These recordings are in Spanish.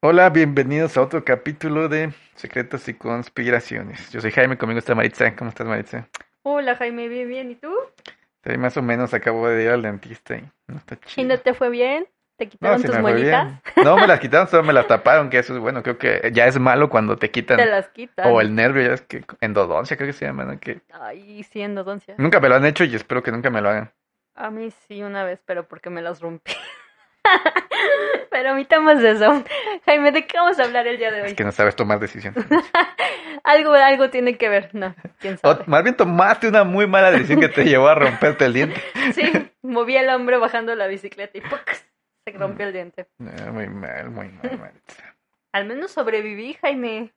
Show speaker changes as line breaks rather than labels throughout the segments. Hola, bienvenidos a otro capítulo de Secretos y Conspiraciones. Yo soy Jaime, conmigo está Maritza. ¿Cómo estás, Maritza?
Hola Jaime, bien, bien. ¿Y tú?
Sí, más o menos acabo de ir al dentista y no está
¿Y
chido.
no te fue bien? ¿Te quitaron
si
tus
me fue
muelitas?
bien. No, me las quitaron, solo me las taparon, que eso es bueno. Creo que ya es malo cuando te quitan.
Te las quitan.
O Oh, el nervio, ya es que endodoncia creo que se llama, ¿no? Que
Ay, sí, endodoncia.
nunca me lo han hecho y espero que nunca me lo hagan.
A mí sí una vez, pero porque me las rompí. pero omitamos eso. Jaime, ¿de qué vamos a hablar el día de hoy?
Es que no sabes tomar decisiones.
Algo, algo tiene que ver. No, quién
O
sabe.
más bien tomaste una muy mala decisión que te llevó a romperte el diente.
Sí, moví el hombro bajando la bicicleta y ¡puc! se
Mm.
rompió el diente.
No, muy mal, muy mal, Maritza.
Al menos sobreviví, Jaime.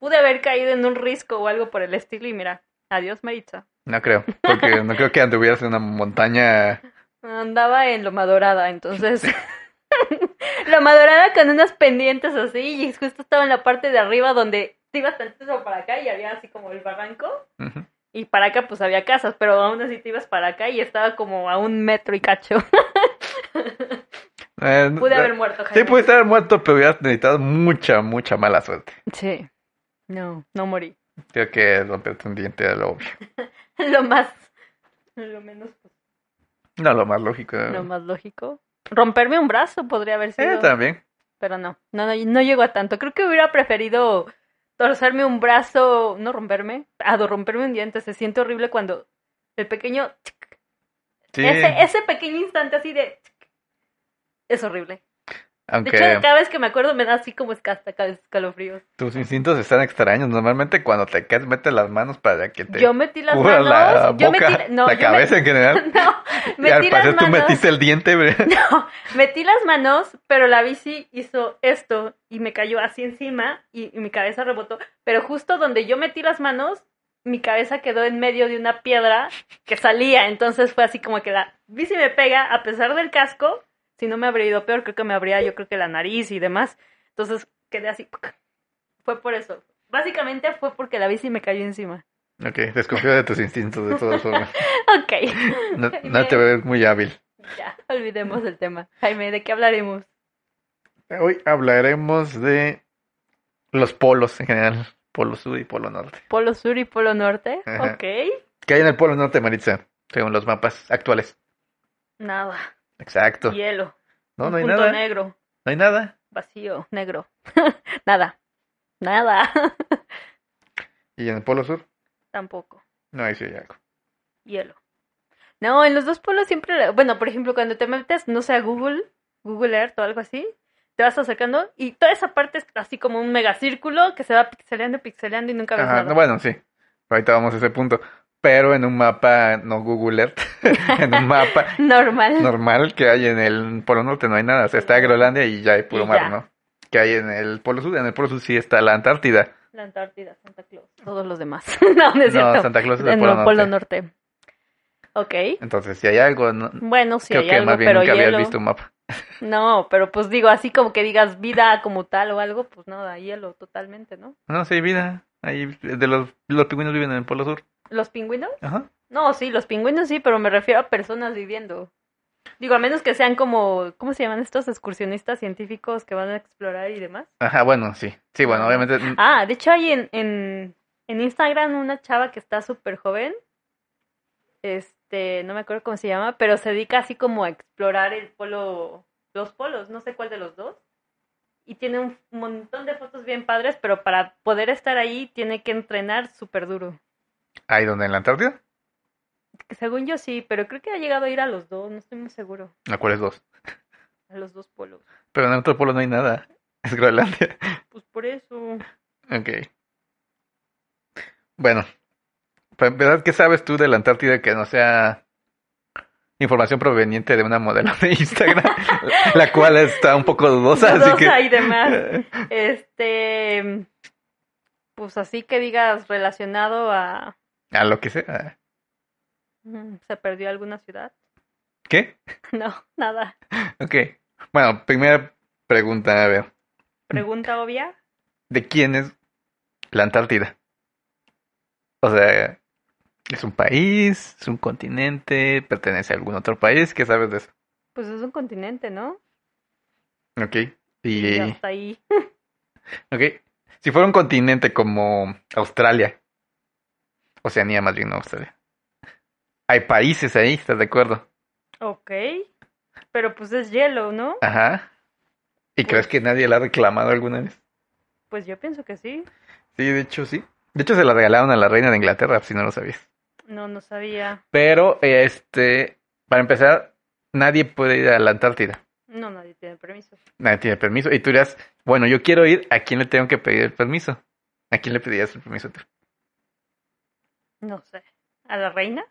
Pude haber caído en un risco o algo por el estilo y mira, adiós Maritza.
No creo, porque no creo que anduvieras en una montaña
Andaba en Loma Dorada, entonces. Loma Dorada con unas pendientes así, y justo estaba en la parte de arriba donde te ibas tantito para acá y había así como el barranco.
Ujú.
Y para acá pues había casas, pero aún así te ibas para acá y estaba como a un metro y cacho.
Eh, no-
Pude haber muerto,
Sí, pues,
Jaime.
pude estar muerto, pero hubieras necesitado mucha, mucha mala suerte.
Sí. No, no morí.
Creo que romperte un diente era lo obvio.
Lo más. Lo menos.
No, lo más lógico.
Lo más lógico. Romperme un brazo podría haber
Ah. Eh,
sido.
también.
Pero no, no, no, no llego a tanto. Creo que hubiera preferido torcerme un brazo, no romperme, a do- romperme un diente. Se siente horrible cuando el pequeño, tsk,
Sí,
ese, ese pequeño instante así de, tsk, es horrible. De
aunque
hecho, cada vez que me acuerdo me da así como escasta, ca- escalofríos.
tus instintos están extraños. Normalmente cuando te caes, metes las manos para que te
Yo metí las
cubra
manos,
la boca,
yo metí, no,
la
yo
cabeza en general.
me-
y
no,
al
metí las
parecer tú
manos,
metiste el diente. güey.
no, metí las manos, pero la bici hizo esto y me cayó así encima y, y mi cabeza rebotó. Pero justo donde yo metí las manos, mi cabeza quedó en medio de una piedra que salía. Entonces fue así como que la bici me pega a pesar del casco. Si no me habría ido peor, creo que me habría yo creo que la nariz y demás. Entonces quedé así. Fue por eso. Básicamente fue porque la bici me cayó encima.
Ok, desconfío de tus instintos de todas formas.
Ok,
No, no te ves muy hábil.
ya, olvidemos el tema. Jaime, ¿de qué hablaremos?
Hoy hablaremos de los polos en general. Polo sur y polo norte.
Polo Sur y Polo Norte.
Ajá.
Ok.
¿Qué hay en el polo norte, Maritza? Según los mapas actuales.
Nada.
Exacto.
Hielo.
No,
un
no hay
punto
nada.
negro.
No hay nada.
Vacío. Negro. nada. Nada.
¿Y en el polo sur?
Tampoco.
No, ahí sí hay algo.
Hielo. No, en los dos polos siempre. la- Bueno, por ejemplo, cuando te metes, no sé, a Google, Google Earth o algo así, te vas acercando y toda esa parte es así como un megacírculo que se va pixeleando, pixeleando y nunca ves
Ajá,
nada.
no, bueno, sí. Ahorita vamos a ese punto. Pero en un mapa, no Google Earth, en un mapa
Normal.
normal que hay en el Polo Norte no hay nada. O sea, está Groenlandia y ya hay puro
Y
mar,
ya.
¿no? Que hay en el Polo Sur. En el Polo Sur sí está la Antártida.
La Antártida, Santa Claus. Todos los demás. no, no es
no,
cierto.
Santa Claus es el
En el
Polo Norte.
Polo Norte. Ok.
Entonces, si hay algo, no-
Bueno, sí,
creo
hay
que
algo,
más bien
pero
nunca habías
hielo.
visto un mapa.
No, pero pues digo, así como que digas vida como tal o algo, pues nada, hielo totalmente, ¿no?
No, sí, hay vida. Ahí, de los, los pingüinos viven en el Polo Sur.
¿Los pingüinos?
Ajá.
No, sí, los pingüinos sí, pero me refiero a personas viviendo. Digo, a menos que sean como, ¿cómo se llaman estos excursionistas científicos que van a explorar y demás?
Ajá, bueno, sí. Sí, bueno, obviamente.
Ah, de hecho hay en, en, en Instagram una chava que está súper joven, este, no me acuerdo cómo se llama, pero se dedica así como a explorar el polo, los polos, no sé cuál de los dos. Y tiene un montón de fotos bien padres, pero para poder estar ahí tiene que entrenar súper duro.
¿Ahí donde en la Antártida?
Según yo sí, pero creo que ha llegado a ir a los dos, no estoy muy seguro,
No, ¿cuáles dos?
a los dos polos.
Pero en el otro polo no hay nada. Es Groenlandia.
Pues por eso.
Ok. Bueno. Pues, ¿Verdad qué sabes tú de la Antártida que no sea información proveniente de una modelo de Instagram? la cual está un poco dudosa, así
Dudosa
que...
y demás. Este, pues así que digas relacionado a
A lo que sea.
mm, se perdió alguna ciudad.
¿Qué?
No, nada.
Ok. Bueno, primera pregunta, a ver.
Pregunta obvia.
¿De quién es la Antártida? O sea, ¿es un país? ¿Es un continente? ¿Pertenece a algún otro país? ¿Qué sabes de eso?
Pues es un continente, ¿no?
Ok.
Y
Y,
hasta ahí.
ok. Si fuera un continente como Australia, Oceanía más bien, no Australia. Hay países ahí, ¿estás de acuerdo?
Ok. Pero pues es hielo, ¿no?
Ajá. ¿Y
Pues-
crees que nadie la ha reclamado alguna vez?
Pues yo pienso que sí.
Sí, de hecho sí. De hecho se la regalaron a la reina de Inglaterra, si no lo sabías.
No, no sabía.
Pero, este, para empezar, nadie puede ir a la Antártida.
No, nadie tiene permiso.
Nadie tiene permiso. Y tú dirás, bueno, yo quiero ir, ¿a quién le tengo que pedir el permiso? ¿A quién le pedirías el permiso tú?
No sé. ¿A la reina?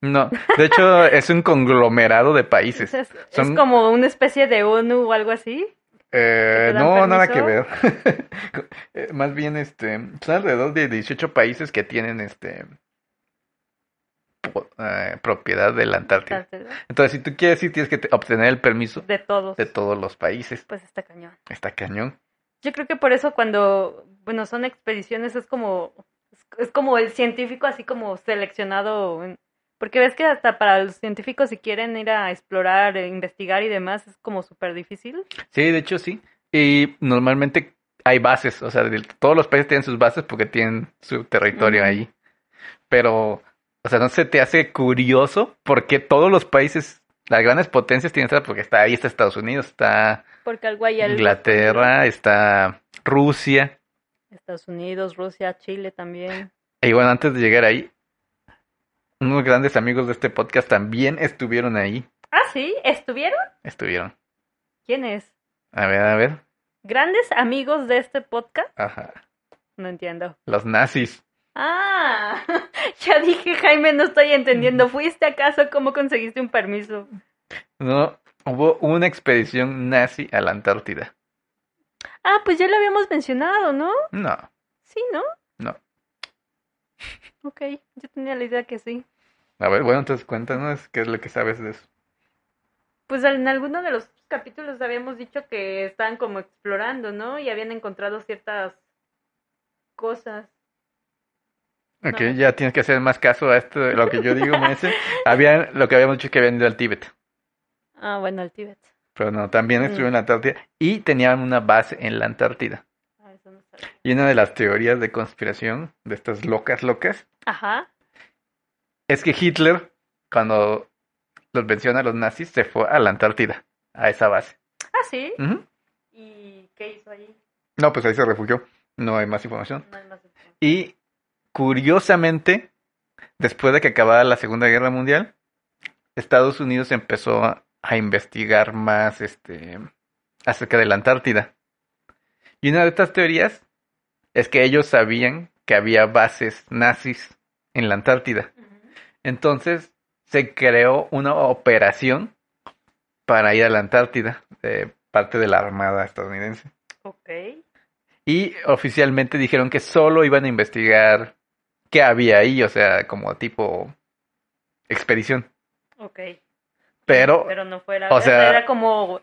No, de hecho es un conglomerado de
Es,
países.
es
son-
como una especie de ONU o algo así.
Eh,
¿Te dan
no, nada que ver.
permiso?
Eh, Más bien, este, son alrededor de 18 países que tienen, este, po- eh, propiedad de la Antártida. Entonces, si tú quieres ir, tienes que te- obtener el permiso
De todos.
de todos los países.
Pues está cañón.
Está cañón.
Yo creo que por eso cuando, bueno, son expediciones es como, es, es como el científico así como seleccionado, en- porque ves que hasta para los científicos si quieren ir a explorar, e investigar y demás es como súper difícil.
Sí, de hecho sí. Y normalmente hay bases, o sea, de- todos los países tienen sus bases porque tienen su territorio
Ujú.
ahí. Pero, o sea, ¿no se te hace curioso porque todos los países, las grandes potencias tienen esa, porque está ahí, está Estados Unidos, está
Porque algo hay algo-
Inglaterra, está Rusia.
Estados Unidos, Rusia, Chile también.
Y bueno, antes de llegar ahí, unos grandes amigos de este podcast también estuvieron ahí.
Ah, sí, estuvieron.
Estuvieron.
¿Quiénes?
A ver, a ver.
Grandes amigos de este podcast.
Ajá.
No entiendo.
Los nazis.
Ah, ya dije, Jaime, no estoy entendiendo. ¿Fuiste acaso? ¿Cómo conseguiste un permiso?
No, hubo una expedición nazi a la Antártida.
Ah, pues ya lo habíamos mencionado, ¿no?
No,
Sí, ¿no?
No.
Ok, yo tenía la idea que sí.
a ver, bueno, entonces cuéntanos qué es lo que sabes de eso.
Pues en alguno de los capítulos habíamos dicho que estaban como explorando, ¿no? Y habían encontrado ciertas cosas.
Ok,
No.
ya tienes que hacer más caso a esto, de lo que yo digo, me dice. Habían, lo que habíamos dicho es que habían ido al Tíbet,
Ah, bueno, el Tíbet.
pero no, también estuvieron en la Antártida y tenían una base en la Antártida.
Ah, eso no sabía.
Y una de las teorías de conspiración de estas locas, locas,
Ajá.
es que Hitler, cuando los venció a los nazis, se fue a la Antártida, a esa base.
Ah, sí.
Ujú.
¿Y qué hizo ahí?
No, pues ahí se refugió. No hay más información.
No hay más información.
Y curiosamente, después de que acabara la Segunda Guerra Mundial, Estados Unidos empezó a, a investigar más este, acerca de la Antártida. Y una de estas teorías es que ellos sabían que había bases nazis en la Antártida.
Ujú.
Entonces se creó una operación para ir a la Antártida de parte de la Armada estadounidense.
Ok.
Y oficialmente dijeron que solo iban a investigar qué había ahí, o sea, como tipo expedición.
Ok.
Pero,
Pero no fuera.
o
O sea,
sea-
era como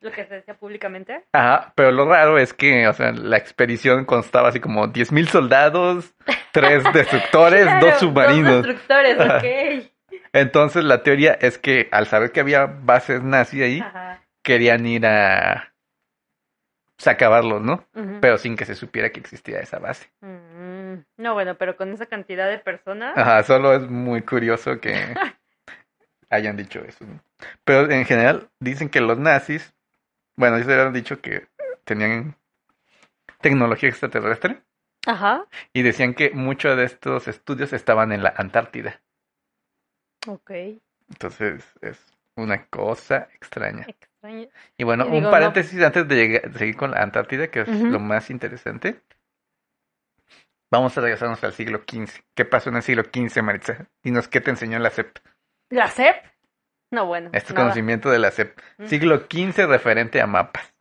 lo que se decía públicamente.
ajá, pero lo raro es que, o sea, la expedición constaba así como 10.000 soldados, tres destructores,
Claro,
dos submarinos.
Dos destructores,
Ajá.
ok.
Entonces la teoría es que al saber que había bases nazi ahí,
Ajá.
querían ir a pues, acabarlos, ¿no?
Ujú.
Pero sin que se supiera que existía esa base.
Mm, No, bueno, pero con esa cantidad de personas.
Ajá, solo es muy curioso que hayan dicho eso. ¿no? Pero en general dicen que los nazis, bueno, ellos habían dicho que tenían tecnología extraterrestre
Ajá.
y decían que muchos de estos estudios estaban en la Antártida.
Ok.
Entonces es una cosa extraña.
Extraño.
Y bueno,
Y
un
digo, no.
paréntesis antes de, llegar- de seguir con la Antártida, que es
Ujú.
lo más interesante. Vamos a regresarnos al siglo XV. ¿Qué pasó en el siglo XV, Maritza? Dinos qué te enseñó la CEP.
¿La CEP? No, bueno.
Este
nada.
conocimiento de la CEP.
Mm.
Siglo XV referente a mapas.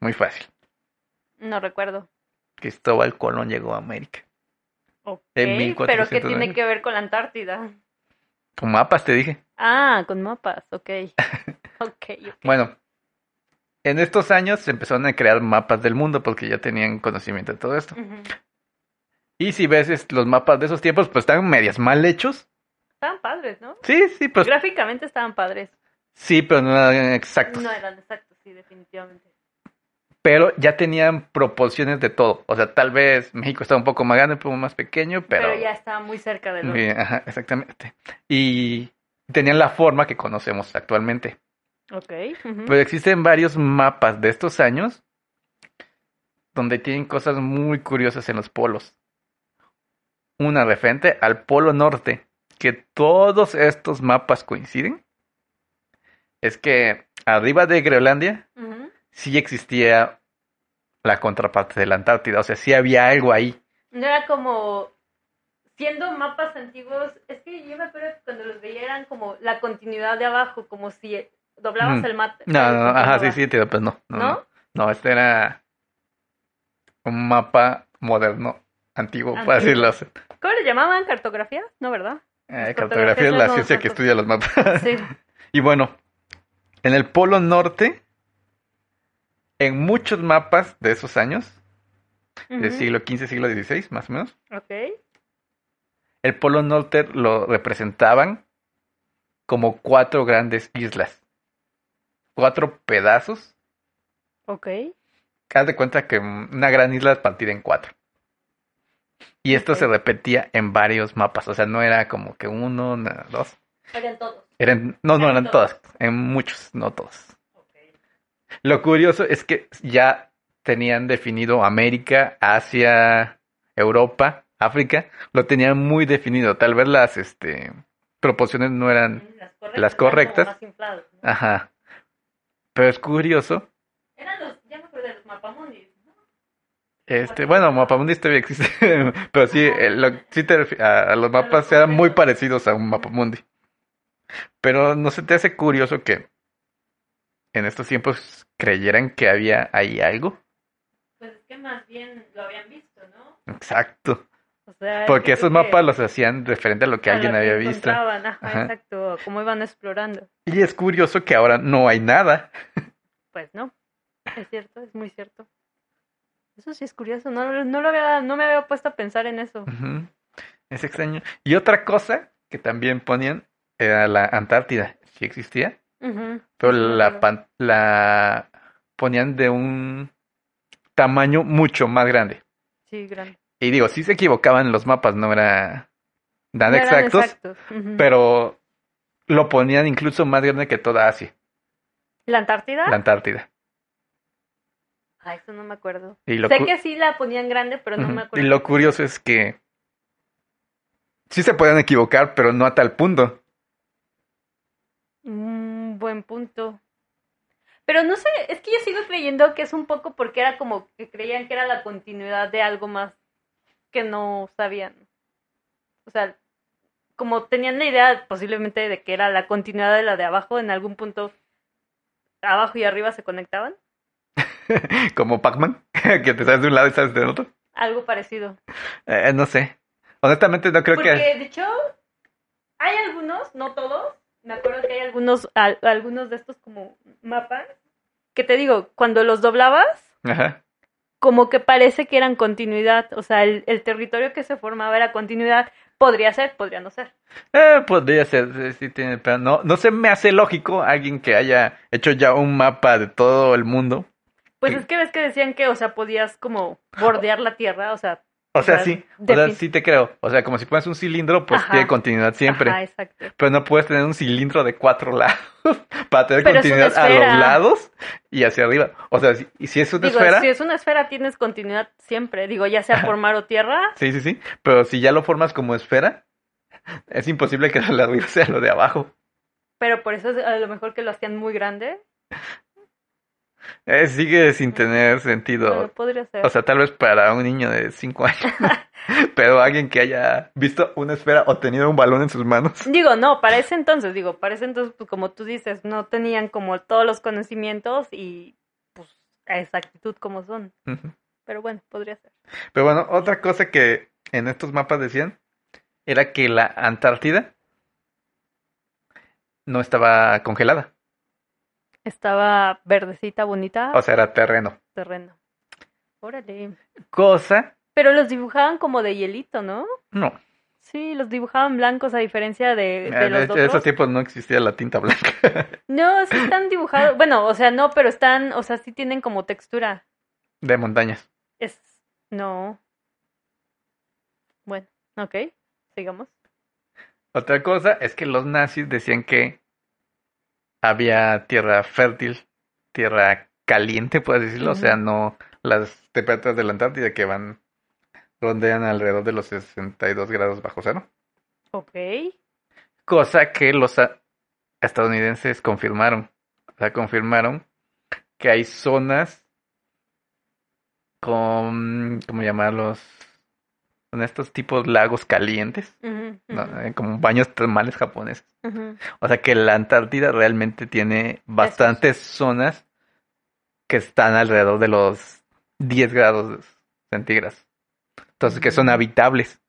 Muy fácil.
No recuerdo.
Cristóbal Colón llegó a América.
Ok.
En
Pero ¿qué
1409.
tiene que ver con la Antártida?
Con mapas te dije.
Ah, con mapas. Ok. Ok. ok.
Bueno, en estos años se empezaron a crear mapas del mundo porque ya tenían conocimiento de todo esto.
Ujú.
Y si ves es- los mapas de esos tiempos, pues están medias mal hechos.
Estaban padres, ¿no?
Sí, sí, pues
Gráficamente estaban padres.
sí, pero no eran exactos.
No eran exactos, sí, definitivamente.
pero ya tenían proporciones de todo. O sea, tal vez México estaba un poco más grande, un poco más pequeño, pero...
Pero ya estaba muy cerca de los...
Bien, ajá, exactamente. Y tenían la forma que conocemos actualmente.
Ok. ujú.
Pero existen varios mapas de estos años donde tienen cosas muy curiosas en los polos. Una referente al polo norte, que todos estos mapas coinciden, es que arriba de Groenlandia
Ujú.
sí existía la contraparte de la Antártida, o sea, sí había algo ahí.
No era como siendo mapas antiguos, es que yo me acuerdo que cuando los veía eran como la continuidad de abajo, como si doblabas
Mm.
el mate.
No, no,
el
no, ajá, sí,
mapa.
sí, tío, pues no, no, no.
¿No?
No, este era un mapa moderno, antiguo, para
Antiguo.
decirlo así.
¿Cómo le llamaban? ¿Cartografía? No, ¿verdad?
Eh,
Las
cartografía
cartografías
es
las
la
vamos
ciencia que
nosotros.
estudia los mapas.
Sí.
Y bueno, en el Polo Norte, en muchos mapas de esos años, del
Ujú.
siglo XV, siglo XVI, más o menos,
Ok.
el Polo Norte lo representaban como cuatro grandes islas, cuatro pedazos.
Ok.
Haz de cuenta que una gran isla es partida en cuatro. Y esto
Ok.
se repetía en varios mapas, o sea, no era como que uno, na- dos.
Eran todos.
Eran, no, no
Eran
eran
todos.
todas, en muchos, no todos. Lo curioso es que ya tenían definido América, Asia, Europa, África, lo tenían muy definido. Tal vez las este, proporciones no eran,
Las
Mm. Las
eran como
correctas.
más inflados, ¿no?
ajá. Pero es curioso,
Eran los, ya me acuerdo, los mapamundis, ¿no?
este, bueno, Mapamundi todavía existe, pero sí, eh, lo- sí te refi- a, a los mapas eran muy parecidos a un Mapamundi. Pero no se te hace curioso que en estos tiempos creyeran que había ahí algo.
Pues es que más bien lo habían visto, ¿no?
Exacto.
O sea,
Porque
yo creo
esos
que
mapas los hacían referente a lo que
a lo
alguien había visto.
encontraban, ajá,
Ajá.
exacto, como iban explorando.
Y es curioso que ahora no hay nada.
Pues no, es cierto, es muy cierto. Eso sí es curioso, no, lo- no, lo había, no me había puesto a pensar en eso.
Ujú. Es extraño. Y otra cosa que también ponían era la Antártida. Sí existía,
Ujú.
pero
Sí, me
la,
acuerdo.
pan- la ponían de un tamaño mucho más grande.
Sí, grande.
Y digo, sí se equivocaban los mapas, no era tan
No eran
exactos,
exactos. ujú.
pero lo ponían incluso más grande que toda Asia,
¿La Antártida?
la Antártida.
Ah, eso no me acuerdo.
Y lo
sé
cu-
que sí la ponían grande, pero no
Ujú.
me
Y
acuerdo.
lo curioso es que sí se pueden equivocar, pero no a tal punto.
Mm, buen punto. Pero no sé, es que yo sigo creyendo que es un poco porque era como que creían que era la continuidad de algo más que no sabían. O sea, como tenían la idea posiblemente de que era la continuidad de la de abajo, en algún punto abajo y arriba se conectaban.
Como Pac-Man, que te sales de un lado y sales del otro.
Algo parecido.
Eh, no sé. Honestamente, no creo
Porque
que.
de hecho, hay algunos, no todos, me acuerdo que hay algunos, al- algunos de estos como mapas, que te digo, cuando los doblabas,
Ajá.
como que parece que eran continuidad, o sea, el, el territorio que se formaba era continuidad, podría ser, podría no ser.
Eh, podría ser, sí, sí tiene, pero no, no se me hace lógico alguien que haya hecho ya un mapa de todo el mundo.
Pues
Sí.
es que ves que decían que, o sea, podías como bordear la tierra, o sea,
O sea,
Ajá,
sí, o sea,
defin-
sí te creo. O sea, como si pones un cilindro, pues
Ajá.
tiene continuidad siempre.
ajá, exacto.
Pero no puedes tener un cilindro de cuatro lados para tener
Pero es una
continuidad a los
esfera.
lados y hacia arriba. O sea, si, y si es una
Digo,
esfera,
si es una esfera tienes continuidad siempre, digo, ya sea por mar o tierra,
Sí, sí, sí. Pero si ya lo formas como esfera, es imposible que lo de arriba sea lo de abajo.
pero por eso es a lo mejor que lo hacían muy grande,
Eh, sigue sin tener sentido.
bueno, podría ser.
O sea, tal vez para un niño de 5 años. pero alguien que haya visto una esfera o tenido un balón en sus manos.
Digo, no, para ese entonces, digo, para ese entonces, pues como tú dices, no tenían como todos los conocimientos y pues a exactitud como son,
Ujú.
pero bueno, podría ser.
Pero bueno, otra cosa que en estos mapas decían era que la Antártida no estaba congelada.
Estaba verdecita, bonita,
O sea, era terreno.
terreno. Órale.
Cosa,
Pero los dibujaban como de hielito, ¿no?
no.
Sí, los dibujaban blancos a diferencia de, de
En
los otros.
esos tiempos no existía la tinta blanca.
No, sí están dibujados. Bueno, o sea, no, pero están, o sea, sí tienen como textura.
de montañas.
Es. No. Bueno, ok. Sigamos.
Otra cosa es que los nazis decían que había tierra fértil, tierra caliente, puedes decirlo, o sea,
Ujú.
no las temperaturas de la Antártida que van rondean alrededor de los 62 grados bajo cero,
Ok.
cosa que los a- estadounidenses confirmaron, o sea, confirmaron que hay zonas con, ¿cómo llamarlos? Con estos tipos lagos calientes,
Ujú,
¿no?
ujú,
Eh, como baños termales japoneses.
ujú.
O sea que la Antártida realmente tiene bastantes zonas que están alrededor de los 10 grados centígrados. Entonces que son
Mm.
habitables.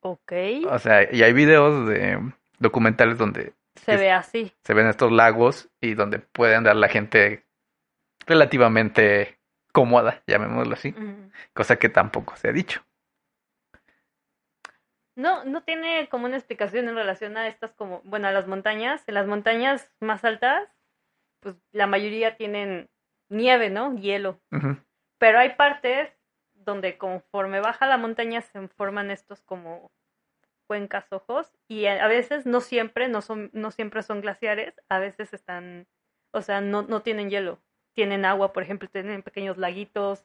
Ok.
O sea, y hay videos de documentales donde
Se
es-
ve así.
se ven estos lagos y donde puede andar la gente relativamente cómoda, llamémoslo así.
Ujú.
Cosa que tampoco se ha dicho.
No, no tiene como una explicación en relación a estas como, bueno, a las montañas. En las montañas más altas, pues la mayoría tienen nieve, ¿no? Hielo.
Ujú.
Pero hay partes donde conforme baja la montaña se forman estos como cuencas ojos y a a veces no siempre no son no siempre son glaciares, a veces están, o sea, no no tienen hielo, tienen agua, por ejemplo, tienen pequeños laguitos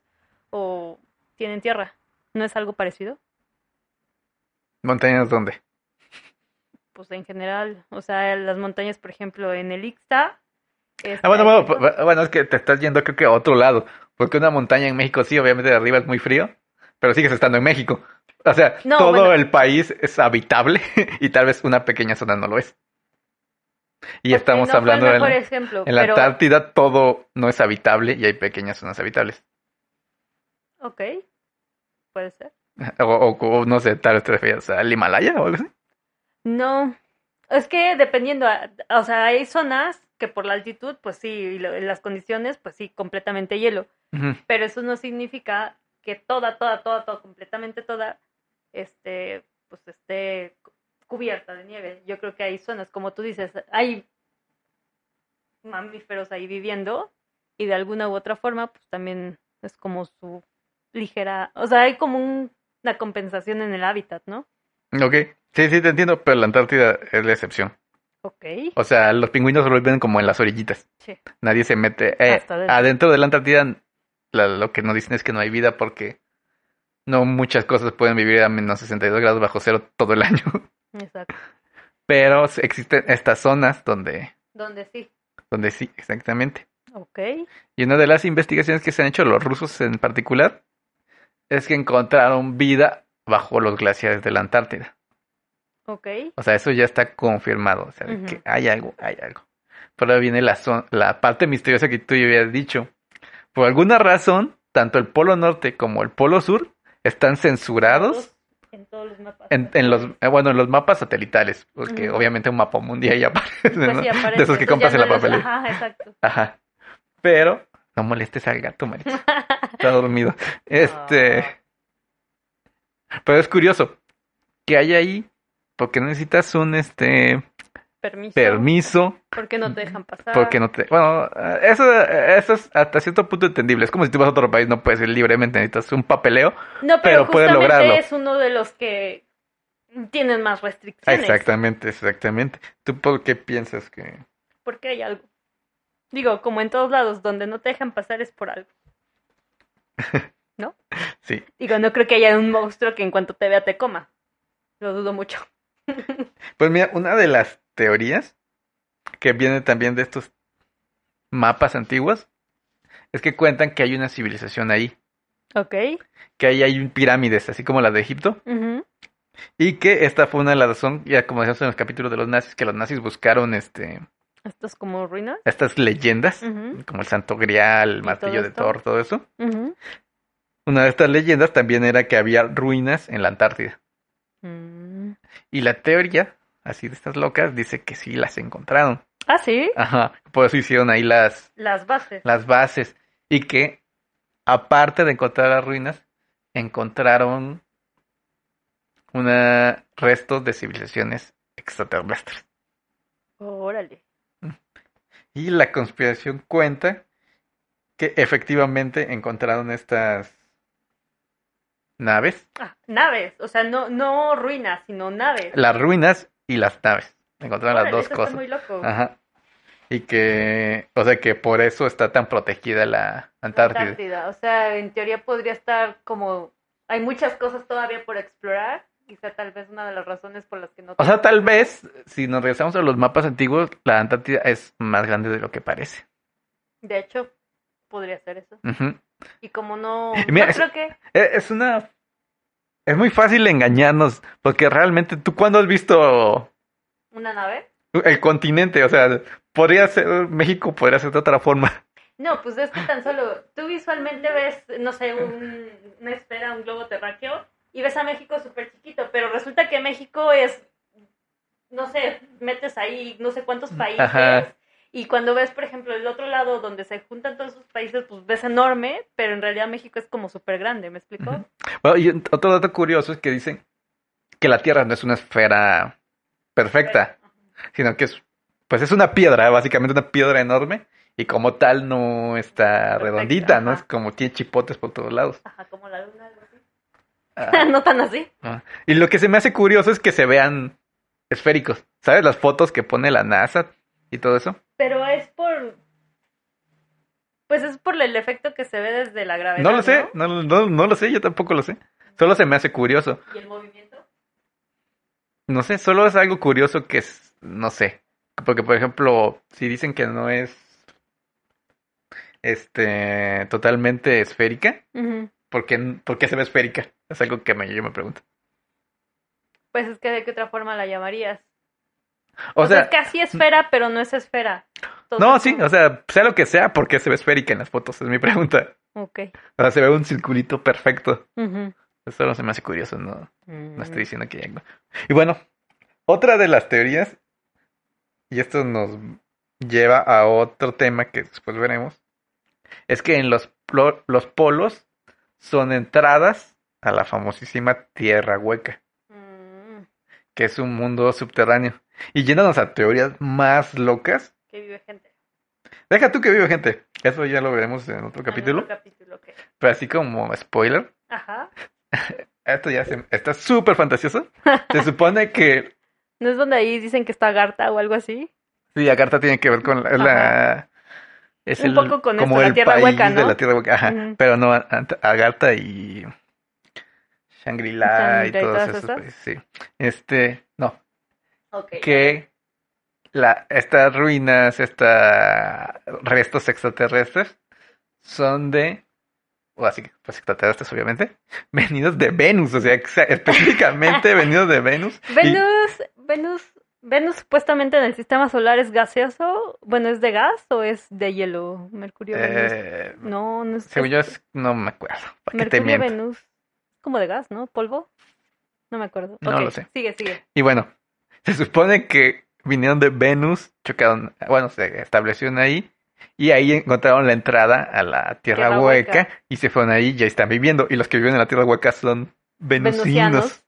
o tienen tierra. ¿No es algo parecido?
¿Montañas dónde?
Pues en general, o sea, las montañas, por ejemplo, en el Ixta este,
Ah, bueno,
hay
bueno,
cuencas-
pu- bueno, es que te estás yendo creo que a otro lado, porque una montaña en México sí, obviamente de arriba es muy frío, pero sigues estando en México. O sea,
No,
todo
bueno.
el país es habitable y tal vez una pequeña zona no lo es. Y
Ok,
estamos
no fue
hablando
el
de la,
mejor ejemplo,
en la
pero
Antártida, todo no es habitable y hay pequeñas zonas habitables.
ok. Puede ser.
O, o- o no sé, tal vez te refieres al Himalaya o algo así.
No, es que dependiendo, a- o sea, hay zonas que por la altitud, pues sí, y lo- las condiciones, pues sí, completamente hielo,
Ujú.
pero eso no significa que toda, toda, toda, toda, completamente toda, este, pues esté cu- cubierta de nieve. Yo creo que hay zonas, como tú dices, hay mamíferos ahí viviendo y de alguna u otra forma, pues también es como su ligera, o sea, hay como un- una compensación en el hábitat, ¿no?
Ok, sí, sí, te entiendo, pero la Antártida es la excepción.
Ok.
O sea, los pingüinos lo viven como en las orillitas.
Sí.
Nadie se mete. eh,
Hasta adentro.
adentro de la Antártida, la- lo que nos dicen es que no hay vida porque no muchas cosas pueden vivir a menos 62 grados bajo cero todo el año.
Exacto.
Pero sí existen estas zonas donde,
Donde sí.
donde sí, exactamente.
Ok.
Y una de las investigaciones que se han hecho, los rusos en particular, es que encontraron vida bajo los glaciares de la Antártida.
Ok.
O sea, eso ya está confirmado. O sea, de que
Ujú.
hay algo, hay algo. Pero ahora viene la, zon- la parte misteriosa que tú ya habías dicho. Por alguna razón, tanto el Polo Norte como el Polo Sur están censurados
En todos los mapas. Pues
en, en los, eh, bueno, en los mapas satelitales. Porque
Ujú.
obviamente un mapa mundial ya aparece,
Pues
¿no?
sí, aparece,
De esos que
entonces ya
compras en la
no los-
papelera.
Ajá, exacto.
Ajá. Pero no molestes al gato, Marix. Está dormido. Este...
Ah,
Pero es curioso que hay ahí porque necesitas un este
Permiso.
permiso
¿Por qué no te dejan pasar?
Porque no te... Bueno, eh, eso, eh, eso es hasta cierto punto entendible. Es como si tú vas a otro país, no puedes ir libremente, necesitas un papeleo.
No, pero,
pero puedes
justamente
lograrlo.
es uno de los que tienen más restricciones.
Exactamente, exactamente. ¿Tú por qué piensas que...?
Porque hay algo. Digo, como en todos lados, donde no te dejan pasar es por algo.
Sí.
Digo, no creo que haya un monstruo que en cuanto te vea te coma. Lo dudo mucho.
Pues mira, una de las teorías que viene también de estos mapas antiguos es que cuentan que hay una civilización ahí,
Ok.
que ahí hay pirámides, así como las de Egipto,
Ujú.
y que esta fue una de las razones, ya como decíamos en los capítulos de los nazis, que los nazis buscaron este,
Esto es como ruinas.
estas leyendas,
Ujú.
como el Santo Grial, el
todo
Martillo de
esto?
Thor, todo eso.
Ujú.
Una de estas leyendas también era que había ruinas en la Antártida.
Mm.
Y la teoría, así de estas locas, dice que sí las encontraron.
Ah, sí.
Ajá, por eso hicieron ahí las,
Las bases.
las bases. Y que, aparte de encontrar las ruinas, encontraron una, restos de civilizaciones extraterrestres.
Órale.
Y la conspiración cuenta que efectivamente encontraron estas naves,
Ah, naves, o sea, no, no ruinas, sino naves.
las ruinas y las naves. Encontraron las
Órale,
dos
eso
cosas.
Está muy loco.
Ajá. Y que, o sea, que por eso está tan protegida la Antártida.
Antártida, O sea, en teoría podría estar como. Hay muchas cosas todavía por explorar. Quizá tal vez una de las razones por las que no.
O sea, tal vez, si nos regresamos a los mapas antiguos, la Antártida es más grande de lo que parece.
De hecho, podría ser eso.
Ujú.
Y como no.
Y mira,
yo
es-
creo que.
E- Es una... Es muy fácil engañarnos, porque realmente, ¿tú cuándo has visto
¿Una nave?
el continente? O sea, podría ser México, podría ser de otra forma.
No, pues es que tan solo. Tú visualmente ves, no sé, un- una esfera, un globo terráqueo. Y ves a México súper chiquito. Pero resulta que México es. No sé, metes ahí no sé cuántos países.
Mm, Ajá.
Y cuando ves, por ejemplo, el otro lado donde se juntan todos esos países, pues ves enorme, pero en realidad México es como súper grande, ¿me explico?
Ujú. Bueno, y otro dato curioso es que dicen que la Tierra no es una esfera perfecta, sino que es, pues es una piedra, básicamente una piedra enorme, y como tal no está
Perfecta,
redondita, ¿no?
ajá.
Es como tiene chipotes por todos lados.
Ajá, como la luna, algo así.
Ah,
no tan así.
ah. Y lo que se me hace curioso es que se vean esféricos. ¿Sabes las fotos que pone la NASA y todo eso?
Pero es por. Pues es por el efecto que se ve desde la gravedad.
No lo sé, no, no- no lo sé, yo tampoco lo sé. Solo se me hace curioso.
¿Y el movimiento?
No sé, solo es algo curioso que es, no sé. Porque, por ejemplo, si dicen que no es este totalmente esférica, ¿por qué, por qué se ve esférica? Es algo que me, yo me pregunto.
Pues es que de qué otra forma la llamarías.
O, sea,
Pues es casi esfera, pero no es esfera. Todo
no,
es
sí,
como-
o sea, sea lo que sea, ¿por qué se ve esférica en las fotos? Es mi pregunta.
Ok.
O sea, se ve un circulito perfecto.
Ujú.
Eso no se me hace curioso, no, no estoy
Mm.
diciendo que hay algo. Y bueno, otra de las teorías, y esto nos lleva a otro tema que después veremos, es que en los, plo- los polos son entradas a la famosísima Tierra Hueca,
Mm,
que es un mundo subterráneo. Y yéndonos a teorías más locas,
que vive gente.
deja tú que vive gente, eso ya lo veremos en otro
En
capítulo,
otro Ah, capítulo, ok.
pero así como spoiler,
Ajá.
esto ya se- está súper fantasioso. Se supone que
¿No es donde ahí dicen que está Garta o algo así?
Sí, la carta tiene que ver con la... es la- es
Un poco con
como
eso, la
el
Tierra
país
Hueca,
de
¿no?
la Tierra Hueca, ajá.
Ujú.
Pero no, a- a- Agartha y Shangri-La y
Shangri-La y
todos
todas
esos
esas.
países, sí. Este, no,
Ok.
que la, estas ruinas, esta restos extraterrestres son de, o así, pues extraterrestres obviamente, venidos de Venus, o sea, exa- específicamente venidos de Venus. Y-
Venus, Venus, Venus supuestamente en el sistema solar es gaseoso. Bueno, ¿es de gas o es de hielo? Mercurio, Venus.
eh,
No, no es.
según yo, es- no me acuerdo. ¿Para qué te
Mercurio,
miento?
Venus. Es como de gas, ¿no? ¿Polvo? No me acuerdo.
No
Ok,
lo sé.
Sigue, sigue.
Y bueno, se supone que vinieron de Venus, chocaron, bueno, se establecieron ahí y ahí encontraron la entrada a la Tierra,
Tierra
hueca,
Hueca.
y se fueron ahí y ahí están viviendo. Y los que viven en la Tierra Hueca son venusinos.
Venusianos.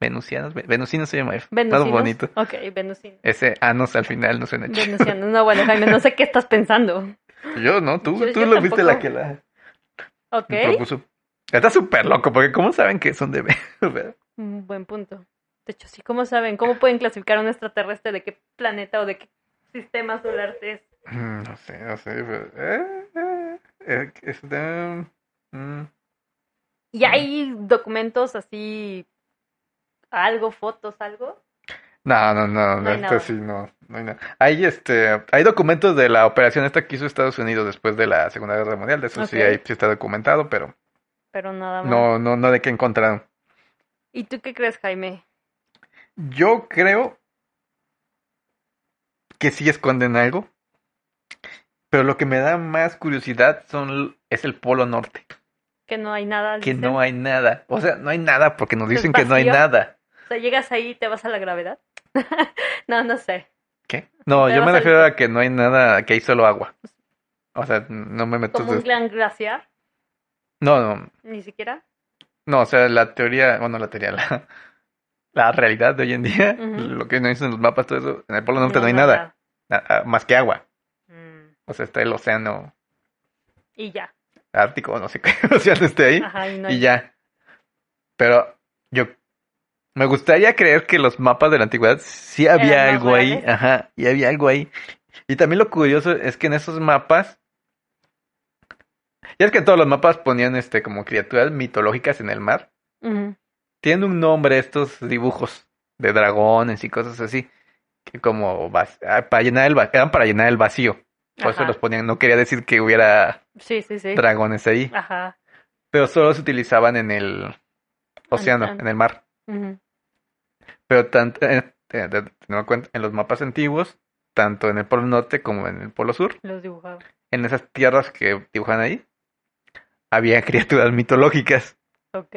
Venusianos, ve- venusinos se llama.
Venusinos.
Venusinos. bonito.
Ok, venusinos.
Ese anos al final no suena chido.
Venusianos. No, bueno, Jaime, no sé qué estás pensando.
Yo, ¿no? Tú,
Yo-
tú
yo
lo viste la
tampoco.
que la
Ok.
propuso. Está súper loco, porque ¿cómo saben que son de Venus?
Mm, Buen punto. De hecho, sí, ¿cómo saben? ¿Cómo pueden clasificar a un extraterrestre de qué planeta o de qué sistema solar es?
Mm, No sé, no sé. pero- eh, eh, eh, es de- mm.
¿Y hay documentos así, algo, fotos, algo?
No, no, no,
No hay
esto
nada.
sí, no, no hay nada. Hay este, hay documentos de la operación esta que hizo Estados Unidos después de la Segunda Guerra Mundial, de eso sí
Ok. Ah,
hay, sí está documentado, pero
Pero nada más.
no, no, no de qué encontraron.
¿Y tú qué crees, Jaime?
Yo creo que sí esconden algo, pero lo que me da más curiosidad son, es el Polo Norte,
Que no hay nada.
que
dicen?
no hay nada, o sea, no hay nada porque nos
Es
dicen que no hay
vacío.
nada.
O sea, llegas ahí y te vas a la gravedad. no, no sé.
¿Qué? No,
Te
yo me
vas al-
refiero a que no hay nada, que hay solo agua. O sea, no me meto...
Como un
des-
gran glaciar,
No, no.
ni siquiera.
No, o sea, la teoría, bueno, la teoría, la, la realidad de hoy en día,
Ujú.
lo que nos dicen los mapas, todo eso, en el Polo Norte no, hay nada, na- ah, más que agua.
nada. Mm.
O sea, está el océano
Y ya.
Ártico, no sé qué océano esté ahí.
Ajá, y Ah, no
y
hay-
ya. Pero yo me gustaría creer que los mapas de la antigüedad sí había
Eran más
algo ahí,
reales.
ajá, y había algo ahí. Y también lo curioso es que en esos mapas ya es que en todos los mapas ponían este como criaturas mitológicas en el mar.
Ujú.
Tienen un nombre estos dibujos de dragones y cosas así, que como vas- ah, para llenar el va- eran para llenar el vacío. Por eso
Ajá.
los ponían, no quería decir que hubiera
Sí, sí, sí.
dragones ahí,
Ajá.
pero solo se utilizaban en el océano,
Ajá.
en el mar.
Ujú.
Pero tanto, eh, eh, de- teniendo en cuenta, en los mapas antiguos, tanto en el Polo Norte como en el Polo Sur,
Los dibujaba.
en esas tierras que dibujan ahí, había criaturas mitológicas.
Ok.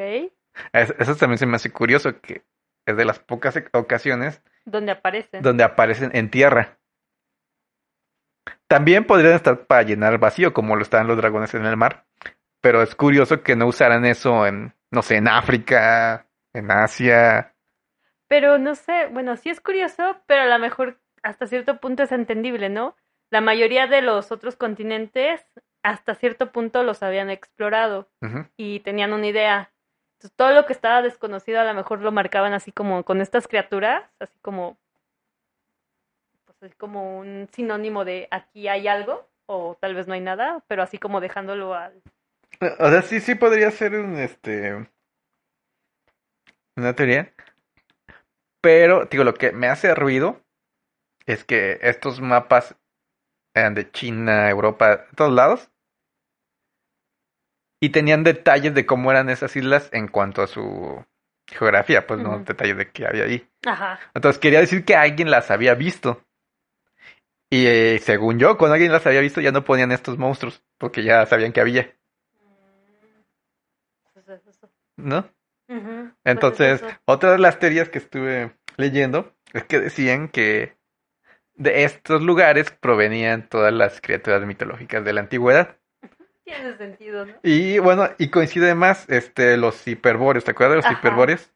Es- Eso también se me hace curioso, que es de las pocas e- ocasiones
Donde aparecen.
donde aparecen en tierra. También podrían estar para llenar el vacío, como lo estaban los dragones en el mar. Pero es curioso que no usaran eso en, no sé, en África, en Asia.
Pero no sé, bueno, sí es curioso, pero a lo mejor hasta cierto punto es entendible, ¿no? La mayoría de los otros continentes hasta cierto punto los habían explorado
Ujú.
y tenían una idea. Entonces, todo lo que estaba desconocido a lo mejor lo marcaban así como con estas criaturas, así como pues así como un sinónimo de aquí hay algo o tal vez no hay nada, pero así como dejándolo al
O sea, sí, sí podría ser un, este, una teoría. Pero, digo, lo que me hace ruido es que estos mapas eran de China, Europa, de todos lados. Y tenían detalles de cómo eran esas islas en cuanto a su geografía, pues no
Ujú.
detalles de qué había ahí.
ajá,
Entonces quería decir que alguien las había visto. Y eh, según yo, cuando alguien las había visto ya no ponían estos monstruos, porque ya sabían que había,
pues es eso.
¿no?
Ujú, pues es
Entonces,
eso.
otra de las teorías que estuve leyendo es que decían que de estos lugares provenían todas las criaturas mitológicas de la antigüedad.
tiene sentido, ¿no?
Y bueno, y coincide más este, los hiperbóreos. ¿Te acuerdas de los
Ajá.
hiperbóreos?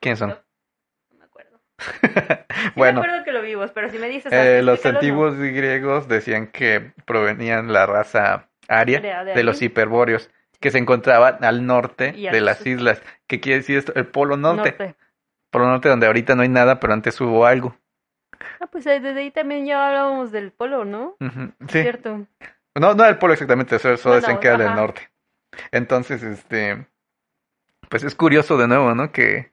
¿Quiénes son?
No me acuerdo. Sí
bueno,
me acuerdo que lo vimos, pero si me dices...
eh,
así,
los
explícalo,
antiguos griegos decían que provenían la raza aria
De- de
de,
ahí.
los hiperbóreos que se encontraban al norte
Y al
de las
sur.
islas. ¿Qué quiere decir esto? El polo
no.
norte.
Norte.
Polo norte donde ahorita no hay nada, pero antes hubo algo.
Ah, pues eh, desde ahí también ya hablábamos del polo, ¿no?
Ujú, Sí.
Cierto.
No, no del polo exactamente, eso, eso
No, no,
decían que era del
ajá.
norte. Entonces, este, pues es curioso de nuevo, ¿no? Que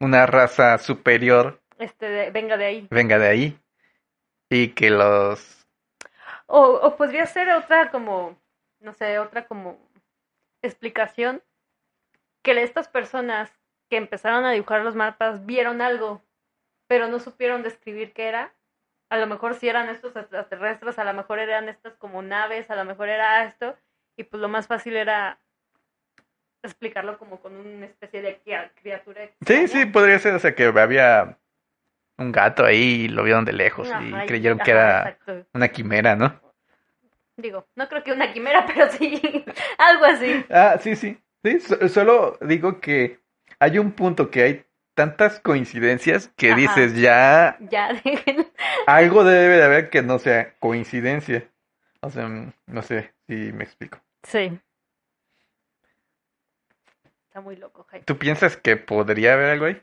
una raza superior
Este, de- venga de ahí.
venga de ahí y que los...
O, o podría ser otra como, no sé, otra como explicación que le- estas personas que empezaron a dibujar los mapas vieron algo, pero no supieron describir qué era. A lo mejor si eran estos extraterrestres, a lo mejor eran estas como naves, a lo mejor era esto, y pues lo más fácil era explicarlo como con una especie de cri- criatura.
Sí,
extraña.
sí, podría ser, o sea, que había un gato ahí y lo vieron de lejos y
Ajá,
creyeron que
ajá,
era
exacto.
una quimera, ¿no?
Digo, no creo que una quimera, pero sí, algo así.
Ah, sí, sí, sí, so- solo digo que hay un punto que hay tantas coincidencias que
Ajá.
dices, ya
Ya, déjenlo.
Algo debe de haber que no sea coincidencia. O sea, mm, no sé si me explico.
Sí. Está muy loco, Jaime.
¿Tú piensas que podría haber algo ahí?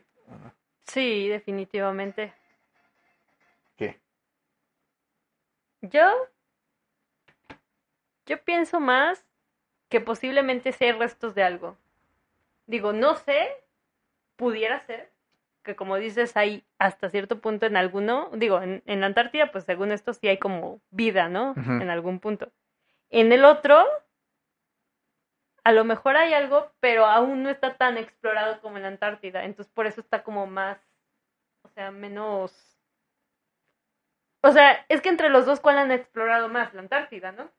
Sí, definitivamente.
¿Qué?
Yo. Yo pienso más que posiblemente sí hay restos de algo. Digo, no sé, pudiera ser que como dices hay hasta cierto punto en alguno, digo, en, en la Antártida pues según esto sí hay como vida, ¿no?
Ujú.
En algún punto. En el otro, a lo mejor hay algo, pero aún no está tan explorado como en la Antártida, entonces por eso está como más, o sea, menos... O sea, es que entre los dos, ¿cuál han explorado más? La Antártida, ¿no?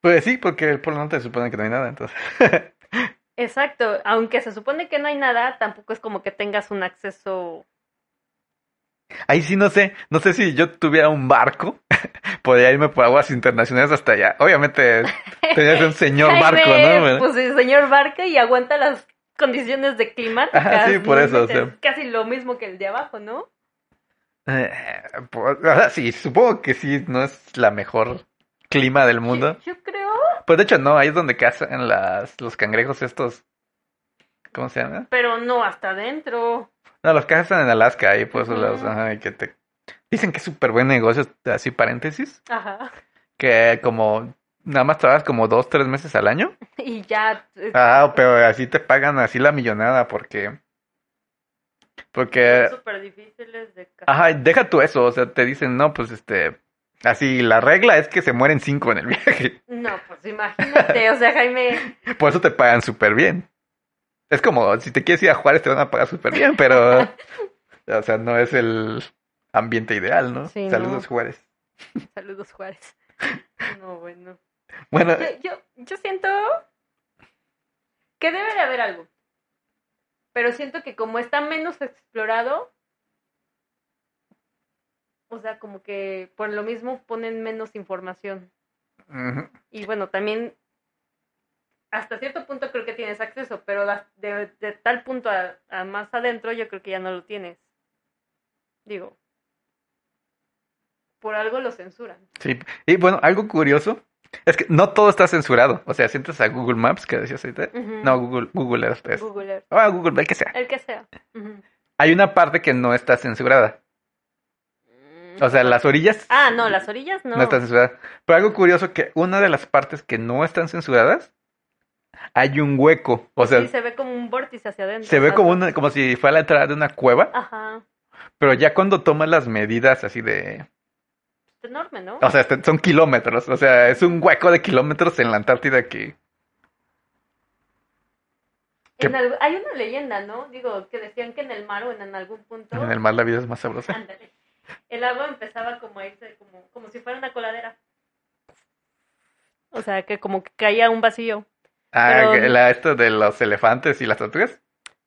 Pues sí, porque el Polo Norte se supone que no hay nada, entonces.
Exacto, aunque se supone que no hay nada, tampoco es como que tengas un acceso.
Ahí sí no sé, no sé si yo tuviera un barco, podría irme por aguas internacionales hasta allá. Obviamente, tendría que ser un señor
Jaime,
barco, ¿no?
Pues el señor barca y aguanta las condiciones de climáticas.
Ajá, sí, por
¿no?
eso, o
Es
sea.
Casi lo mismo que el de abajo, ¿no?
Eh, pues, o sea, sí, supongo que sí, no es la mejor clima del mundo.
Yo, yo creo,
Pues de hecho no, ahí es donde cazan las, los cangrejos estos. ¿Cómo se llama?
pero no hasta adentro.
No, los cazan en Alaska, ahí por esos
Ujú.
lados. ajá, y que te... Dicen que es súper buen negocio, así paréntesis,
Ajá.
que como nada más trabajas como dos, tres meses al año.
Y ya. eh,
Ah, pero así te pagan así la millonada porque... Porque...
son súper difíciles de
eh.
ca-
Ajá, deja tú eso, o sea, te dicen, no, pues este... Así, la regla es que se mueren cinco en el viaje.
No, pues imagínate, o sea, Jaime.
Por eso te pagan súper bien. Es como, si te quieres ir a Juárez te van a pagar súper bien, pero... o sea, no es el ambiente ideal, ¿no?
Sí,
Saludos,
no.
Juárez.
Saludos, Juárez. No, bueno.
Bueno,
Yo, yo, yo siento que debe de haber algo. Pero siento que como está menos explorado, o sea, como que por lo mismo ponen menos información.
ujú,
Y bueno, también hasta cierto punto creo que tienes acceso, pero la- de, de tal punto a, a más adentro yo creo que ya no lo tienes. Digo, por algo lo censuran.
sí. Y bueno, algo curioso es que no todo está censurado. O sea, sientes a Google Maps que decías ahorita.
Ujú.
No, Google, Google Earth es.
Google Earth,
Ah, Google, el que sea.
el que sea. Ujú.
Hay una parte que no está censurada. O sea, las orillas
Ah, no, las orillas no.
no están censuradas. Pero algo curioso que una de las partes que no están censuradas, hay un hueco. O sea,
Sí, se ve como un vórtice hacia adentro.
se ve
¿sabes?
como, una, como si fuera la entrada de una cueva.
Ajá.
Pero ya cuando tomas las medidas así de...
Es pues, enorme, ¿no?
O sea, este- son kilómetros. O sea, es un hueco de kilómetros en la Antártida que... que-
En algo- Hay una leyenda, ¿no? Digo, que decían que en el mar o en, en algún punto...
En el mar la vida es más sabrosa.
Ándale. El agua empezaba como a irse, como, como si fuera una coladera. O sea, que como que caía un vacío.
Ah,
Pero-
que la, esto de los elefantes y las tortugas.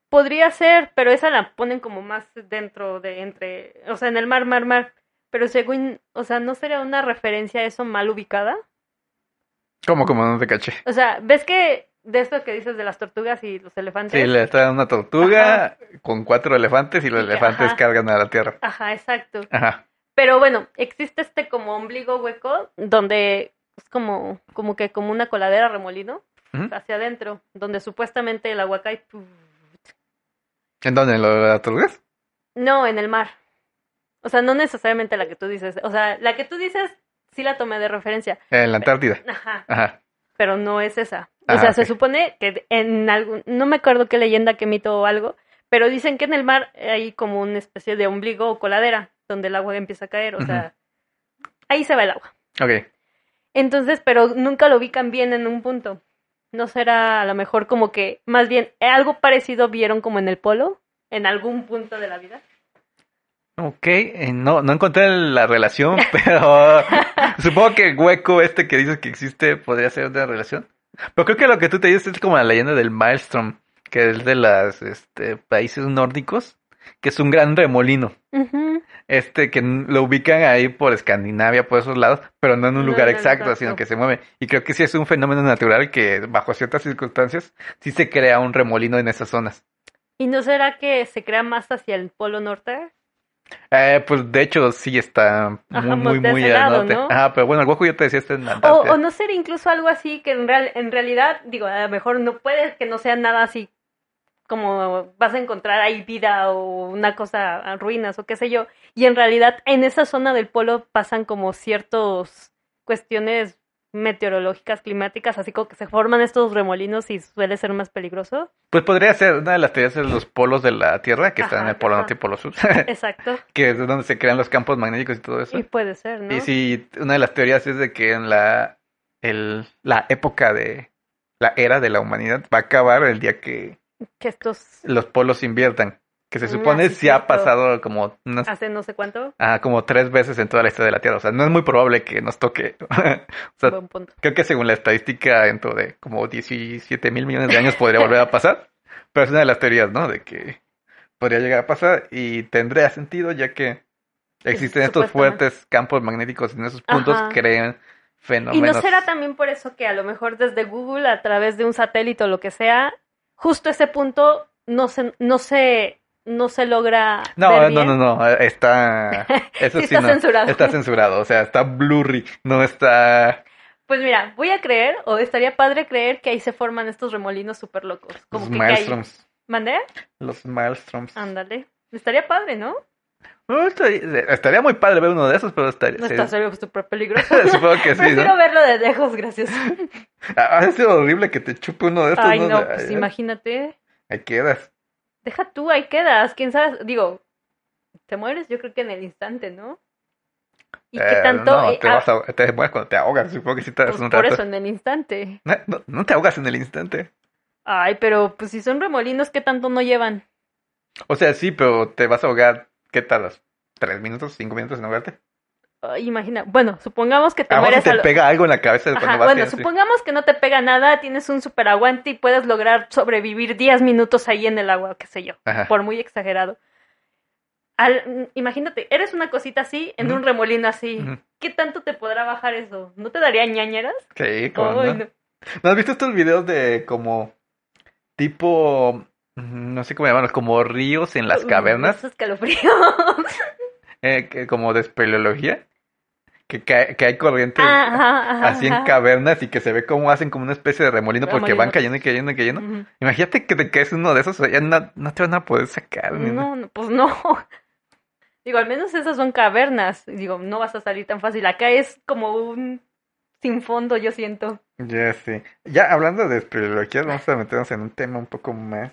Podría ser, pero esa la ponen como más dentro de, entre, o sea, en el mar, mar, mar. Pero según, o sea, ¿no sería una referencia a eso mal ubicada?
Como, como no te caché.
O sea, ¿ves que de esto que dices de las tortugas y los elefantes?
Sí, le traen una tortuga con cuatro elefantes y los
Y que-
elefantes
ajá.
cargan a la tierra.
Ajá, exacto.
Ajá.
Pero bueno, existe este como ombligo hueco donde es como, como que como una coladera remolino
Ujú.
hacia adentro, donde supuestamente el agua cae. ¡puf!
¿En dónde? ¿En lo de las tortugas?
No, en el mar. O sea, no necesariamente la que tú dices. O sea, la que tú dices sí la tomé de referencia.
En la Antártida.
Ajá.
Ajá.
Pero no es esa. O
Ajá,
sea, se
ok.
supone que en algún, no me acuerdo qué leyenda, qué mito o algo, pero dicen que en el mar hay como una especie de ombligo o coladera donde el agua empieza a caer. O sea, ahí se va el agua.
Ok.
Entonces, pero nunca lo ubican bien en un punto. ¿No será a lo mejor como que, más bien, algo parecido vieron como en el polo? ¿En algún punto de la vida?
Ok, eh, no, no encontré la relación, pero supongo que el hueco este que dices que existe podría ser una relación. Pero creo que lo que tú te dices es como la leyenda del Maelstrom, que es de los este, países nórdicos, que es un gran remolino.
Ujú.
Este que n- lo ubican ahí por Escandinavia, por esos lados, pero no en un
No
lugar
en el
exacto,
exacto.
sino que se mueve. Y creo que sí es un fenómeno natural que bajo ciertas circunstancias sí se crea un remolino en esas zonas.
¿Y no será que se crea más hacia el polo norte?
Eh, pues de hecho sí está
Ajá,
muy, muy,
pues, de
muy
ese
al
lado,
norte.
¿no?
Ah, pero bueno, el hueco yo te decía está en la
O,
Antártida.
o no será incluso algo así que en, real, en realidad, digo, a lo mejor no puede que no sea nada así como vas a encontrar ahí vida o una cosa, a ruinas o qué sé yo. Y en realidad en esa zona del polo pasan como ciertas cuestiones meteorológicas, climáticas, así como que se forman estos remolinos y suele ser más peligroso.
Pues podría ser una de las teorías de los polos de la Tierra, que están en
Ajá,
el polo
ajá.
norte y polo sur,
Exacto.
que es donde se crean los campos magnéticos y todo eso.
Y puede ser, ¿no?
Y sí, una de las teorías es de que en la, el, la época de la era de la humanidad va a acabar el día que
Que estos
los polos se inviertan. Que se
Ah,
supone
sí,
si ha
cierto.
pasado como unas,
hace no sé cuánto.
ah, como tres veces en toda la historia de la Tierra. O sea, no es muy probable que nos toque. o sea,
Buen punto.
creo que según la estadística, dentro de como 17 mil millones de años podría volver a pasar. Pero es una de las teorías, ¿no? De que podría llegar a pasar y tendría sentido ya que existen estos
Supuestamente.
fuertes campos magnéticos en esos puntos
Ajá.
crean
Y
fenómenos.
no será también por eso que a lo mejor desde Google, a través de un satélite o lo que sea, justo ese punto no se, no se, no se logra.
No, eh,
ver
no,
bien?
no, no, está... Eso sí,
Sí está
no.
censurado.
Está censurado, o sea, está blurry, no está
Pues mira, voy a creer, o estaría padre creer que ahí se forman estos remolinos súper locos. Como
Los
que Ah, caen-
maelstroms.
¿Mandé?
Los maelstroms.
Ándale. Estaría padre, ¿no?
No, estaría, estaría muy padre ver uno de esos, pero estaría.
No
se-
está serio, pues, súper peligroso.
Supongo que sí,
Prefiero
¿no?
verlo de lejos, gracias.
Ah, Ha ha sido horrible que te chupe uno de ¿eh? estos.
Ay, no, pues
Ay,
imagínate.
Ahí quedas.
Deja tú, ahí quedas. ¿Quién sabe? Digo, te mueres yo creo que en el instante, ¿no? ¿Y qué
Eh,
tanto?
No,
eh,
te,
ah,
vas a, te mueres cuando te ahogas. Supongo que sí te das
pues
un
por
rato.
eso, en el instante.
No, no- no te ahogas en el instante.
Ay, pero pues si son remolinos, ¿qué tanto no llevan?
O sea, sí, pero te vas a ahogar. ¿Qué tardas? ¿Tres minutos? ¿Cinco minutos en ahogarte?
Ay, imagina. Bueno, supongamos que te
Además, si
mueres
te
a lo-
pega algo en la cabeza
Ajá,
cuando vas
bueno,
así, así.
supongamos que no te pega nada, tienes un super aguante y puedes lograr sobrevivir 10 minutos ahí en el agua, qué sé yo,
Ajá.
por muy exagerado. Al- mm, imagínate, eres una cosita así, en
Ujú.
un remolino así.
Ujú.
¿Qué tanto te podrá bajar eso? ¿No te daría ñañeras?
Sí, cómo
Ay,
no.
no.
¿No has visto estos videos de como tipo, mm, no sé cómo llamarlos, como ríos en las
Mm,
cavernas,
eso es escalofrío.
eh, que- como de espeleología, que, cae- que hay corrientes
Ah, Ajá, ajá,
así en
ajá. Ah,
cavernas y que se ve cómo hacen como una especie de remolino porque van
Remolino.
cayendo y cayendo y cayendo.
Ujú.
Imagínate que te caes en uno de esos, o sea, ya no, no te van a poder sacar. ni nada.
No, no, pues no. Digo, al menos esas son cavernas. Digo, no vas a salir tan fácil. Acá es como un sin fondo, yo siento.
Ya sé. Ya hablando de espeleología, vamos a meternos en un tema un poco más.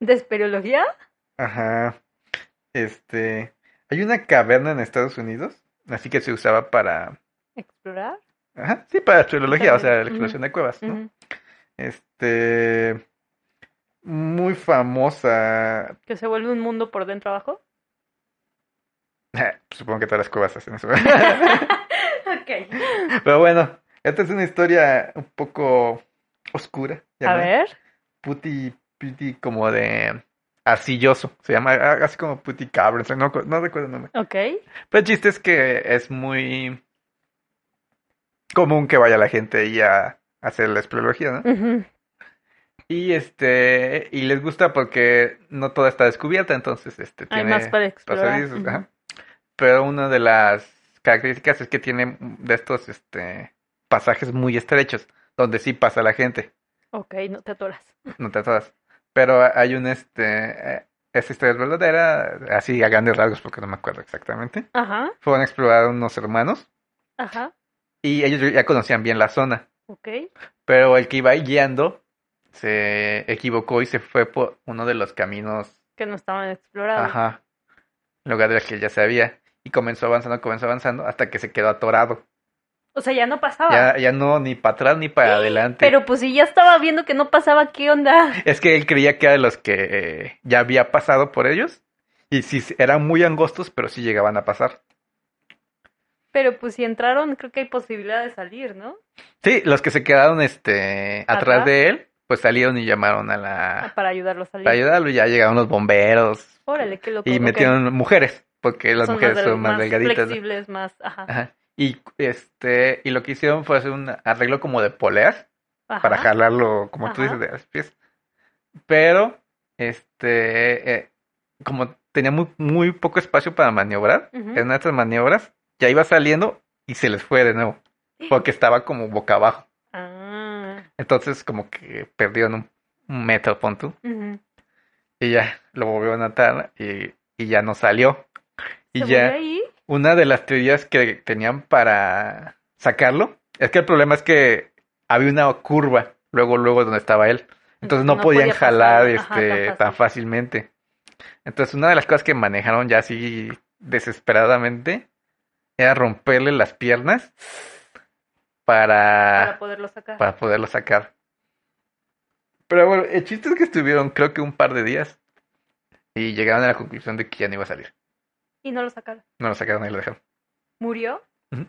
¿De espeleología?
Ajá. Este, hay una caverna en Estados Unidos, así que se usaba para
¿Explorar?
Ajá, sí, para astrología, o sea, la
Ujú.
exploración de cuevas, ¿no?
Ujú.
Este, muy famosa,
Que se vuelve un mundo por dentro abajo.
supongo que todas las cuevas hacen eso,
ok.
pero bueno, esta es una historia un poco oscura,
A
llamada
ver.
puti, puti como de arcilloso, se llama a- así como puti cabra, o sea, no, no recuerdo el nombre,
Ok.
pero el chiste es que es muy común que vaya la gente ahí a hacer la espeleología, ¿no?
Ujú.
Y este, y les gusta porque no toda está descubierta, entonces este
Hay
tiene
más para explorar.
pasadizos,
Ujú.
ajá. Pero una de las características es que tiene de estos este pasajes muy estrechos, donde sí pasa la gente,
Ok, no te atoras.
no te atoras. Pero hay un este, eh, esta historia es verdadera, así a grandes rasgos porque no me acuerdo exactamente.
Ajá,
Fueron a explorar unos hermanos
ajá.
y ellos ya conocían bien la zona.
Ok.
Pero el que iba guiando se equivocó y se fue por uno de los caminos,
Que no estaban explorados.
ajá, en lugar de los que ya sabía. Y comenzó avanzando, comenzó avanzando hasta que se quedó atorado.
O sea, ya no pasaba.
Ya, ya no, ni para atrás ni para adelante.
Ah. Pero pues si ya estaba viendo que no pasaba, ¿qué onda?
Es que él creía que era de los que eh, ya había pasado por ellos. Y sí, eran muy angostos, pero sí llegaban a pasar.
Pero pues si entraron, creo que hay posibilidad de salir, ¿no?
Sí, los que se quedaron este, atrás
Atrás.
de él, pues salieron y llamaron a la...
Ah, para ayudarlo a salir.
para ayudarlo. y Ya llegaron los bomberos,
Órale, qué loco.
Y
ok.
metieron mujeres, porque las
Son más
mujeres
del-
son más delgaditas. ¿no?
flexibles, más... Ajá.
Ajá. Y este, y lo que hicieron fue hacer un arreglo como de poleas
ajá.
para jalarlo, como tú
Ajá.
dices, de las pies. Pero, este, eh, como tenía muy, muy poco espacio para maniobrar,
Ujú.
en estas maniobras, ya iba saliendo y se les fue de nuevo, porque estaba como boca abajo.
Ah,
Entonces, como que perdieron un, un metro, pon tú.
ujú.
Y ya lo volvieron a atar y, y ya no salió. Y
¿Se
ya. ah,
murió ahí?
Una de las teorías que tenían para sacarlo es que el problema es que había una curva luego, luego donde estaba él. Entonces no,
No podía
podían
pasar,
jalar
ajá, tan
este,
fácil.
tan fácilmente. Entonces una de las cosas que manejaron ya así desesperadamente era romperle las piernas
Para
para,
poderlo sacar.
para poderlo sacar. Pero bueno, el chiste es que estuvieron creo que un par de días y llegaron a la conclusión de que ya no iba a salir.
Y no lo sacaron.
No lo sacaron y lo dejaron.
¿Murió?
Ujú.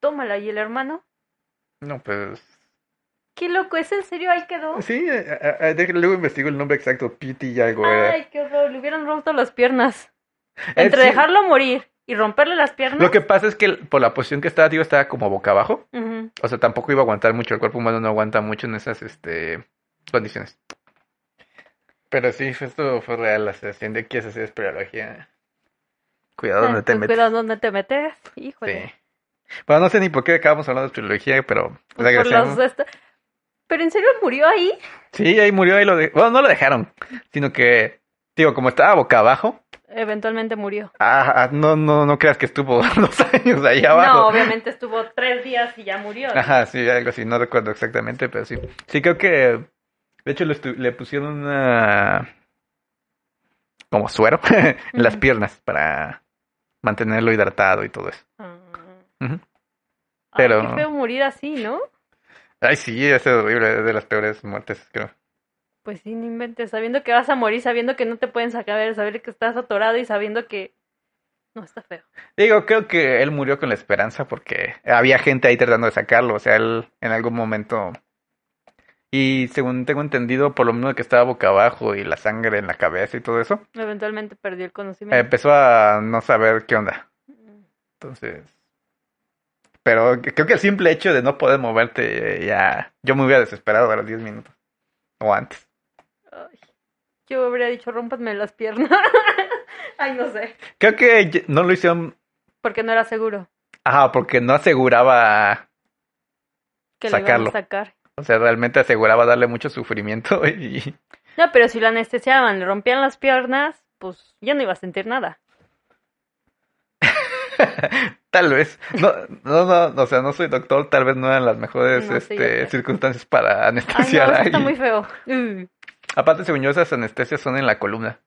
Tómala, ¿y el hermano?
No, pues
Qué loco, ¿es en serio? Ahí quedó.
Sí, eh, eh, eh, deja- luego investigo el nombre exacto, Pity y algo era.
Ay, qué horror, le hubieran roto las piernas.
Eh,
Entre
sí,
dejarlo morir y romperle las piernas.
Lo que pasa es que el- por la posición que estaba, digo, estaba como boca abajo.
Ujú.
O sea, tampoco iba a aguantar mucho. El cuerpo humano no aguanta mucho en esas este, condiciones. Pero sí, esto fue real. La sensación de que es hacer espeleología. eh, Cuidado
Ah,
donde te
ten
metes.
Cuidado donde te metes. Híjole.
Sí. Bueno, no sé ni por qué acabamos hablando de trilogía, pero
Pues por
regresemos.
los de esta- Pero en serio murió ahí.
Sí, ahí murió, ahí lo de... Bueno, no lo dejaron, sino que, digo, como estaba boca abajo,
Eventualmente murió.
ah, ah, no, no, no creas que estuvo dos años ahí
No,
abajo.
obviamente estuvo tres días y ya murió.
Ajá, sí, algo así, no recuerdo exactamente, pero sí. Sí, creo que, de hecho, le, estu- le pusieron una... como suero en las
Ujú.
piernas para mantenerlo hidratado y todo eso.
Ah.
Ujú.
Ay,
Pero-
qué feo morir así, ¿no?
Ay, sí, es horrible, es de las peores muertes, creo.
Pues sí, no inventes. Sabiendo que vas a morir, sabiendo que no te pueden sacar, saber que estás atorado y sabiendo que. No, está feo.
Digo, creo que él murió con la esperanza porque había gente ahí tratando de sacarlo, o sea, él en algún momento... Y según tengo entendido, por lo menos que estaba boca abajo y la sangre en la cabeza y todo eso,
Eventualmente perdió el conocimiento.
empezó a no saber qué onda. Eh, Entonces... Pero creo que el simple hecho de no poder moverte eh, ya... Yo me hubiera desesperado a los 10 minutos. O antes.
Ay, yo habría dicho, rómpanme las piernas. Ay, no sé.
Creo que ye- no lo hicieron...
Porque no era seguro
Ajá, porque no aseguraba...
que le iban
Sacarlo.
a sacar.
O sea, realmente aseguraba darle mucho sufrimiento y...
No, pero si lo anestesiaban, le rompían las piernas, pues ya no iba a sentir nada.
Tal vez. No, no, no, o sea, no soy doctor, tal vez no eran las mejores
No, sí, ya
este,
sé.
circunstancias para
Ay, no,
anestesiar
eso
a
está
alguien.
muy feo. Mm.
Aparte, según yo, esas anestesias son en la columna.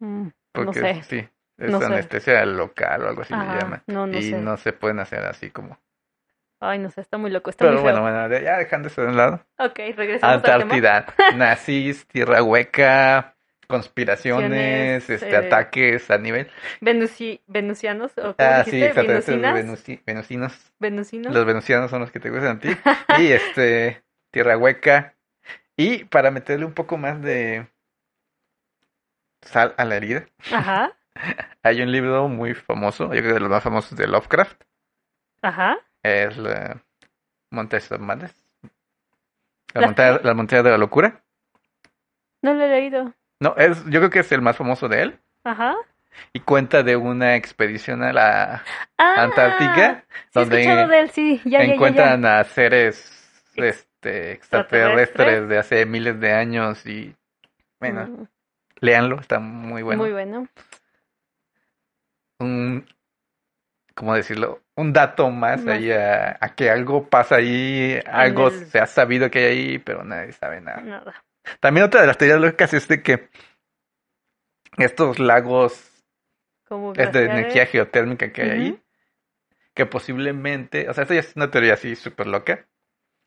Mm, no
Porque
sé.
sí, es
No sé.
anestesia local o algo así
Ajá,
le llaman.
no, no
y
sé.
no se pueden hacer así como.
Ay, no sé, está muy loco, está
Pero
muy
bueno,
feo.
bueno, de- ya dejando eso de un lado.
Ok, regresamos al tema.
Antártida, nazis, tierra hueca, conspiraciones,
Conspiraciones,
este,
eh,
ataques a nivel.
Venusi- venusianos, o como
Ah, sí,
dijiste,
extraterrestres
venusinas,
venusi- venusinos.
venusinos.
Los venusianos son los que te gustan a ti. Y este, Tierra Hueca. Y para meterle un poco más de sal a la herida,
Ajá,
hay un libro muy famoso, yo creo que de los más famosos de Lovecraft,
ajá.
es la Montaña de las Madres. La
¿La
montaña, la montaña de la locura.
No lo he leído.
No, es, yo creo que es el más famoso de él.
Ajá.
Y cuenta de una expedición a la
Ah,
Antártica,
Sí, he
donde
escuchado de él, sí. Ya, Mm, ya, ya, ya.
encuentran a seres este, extraterrestres
Extraterrestres.
de hace miles de años y bueno,
Mm,
léanlo, está muy bueno.
Muy bueno.
Un, ¿cómo decirlo? Un dato más
Más.
ahí a, a que algo pasa ahí, algo
el-
se ha sabido que hay ahí, pero nadie sabe nada.
Nada.
También otra de las teorías lógicas es de que estos lagos
Como
es de
glaciares.
energía geotérmica que hay ahí,
Ujú.
que posiblemente, o sea, esto ya es una teoría así súper loca,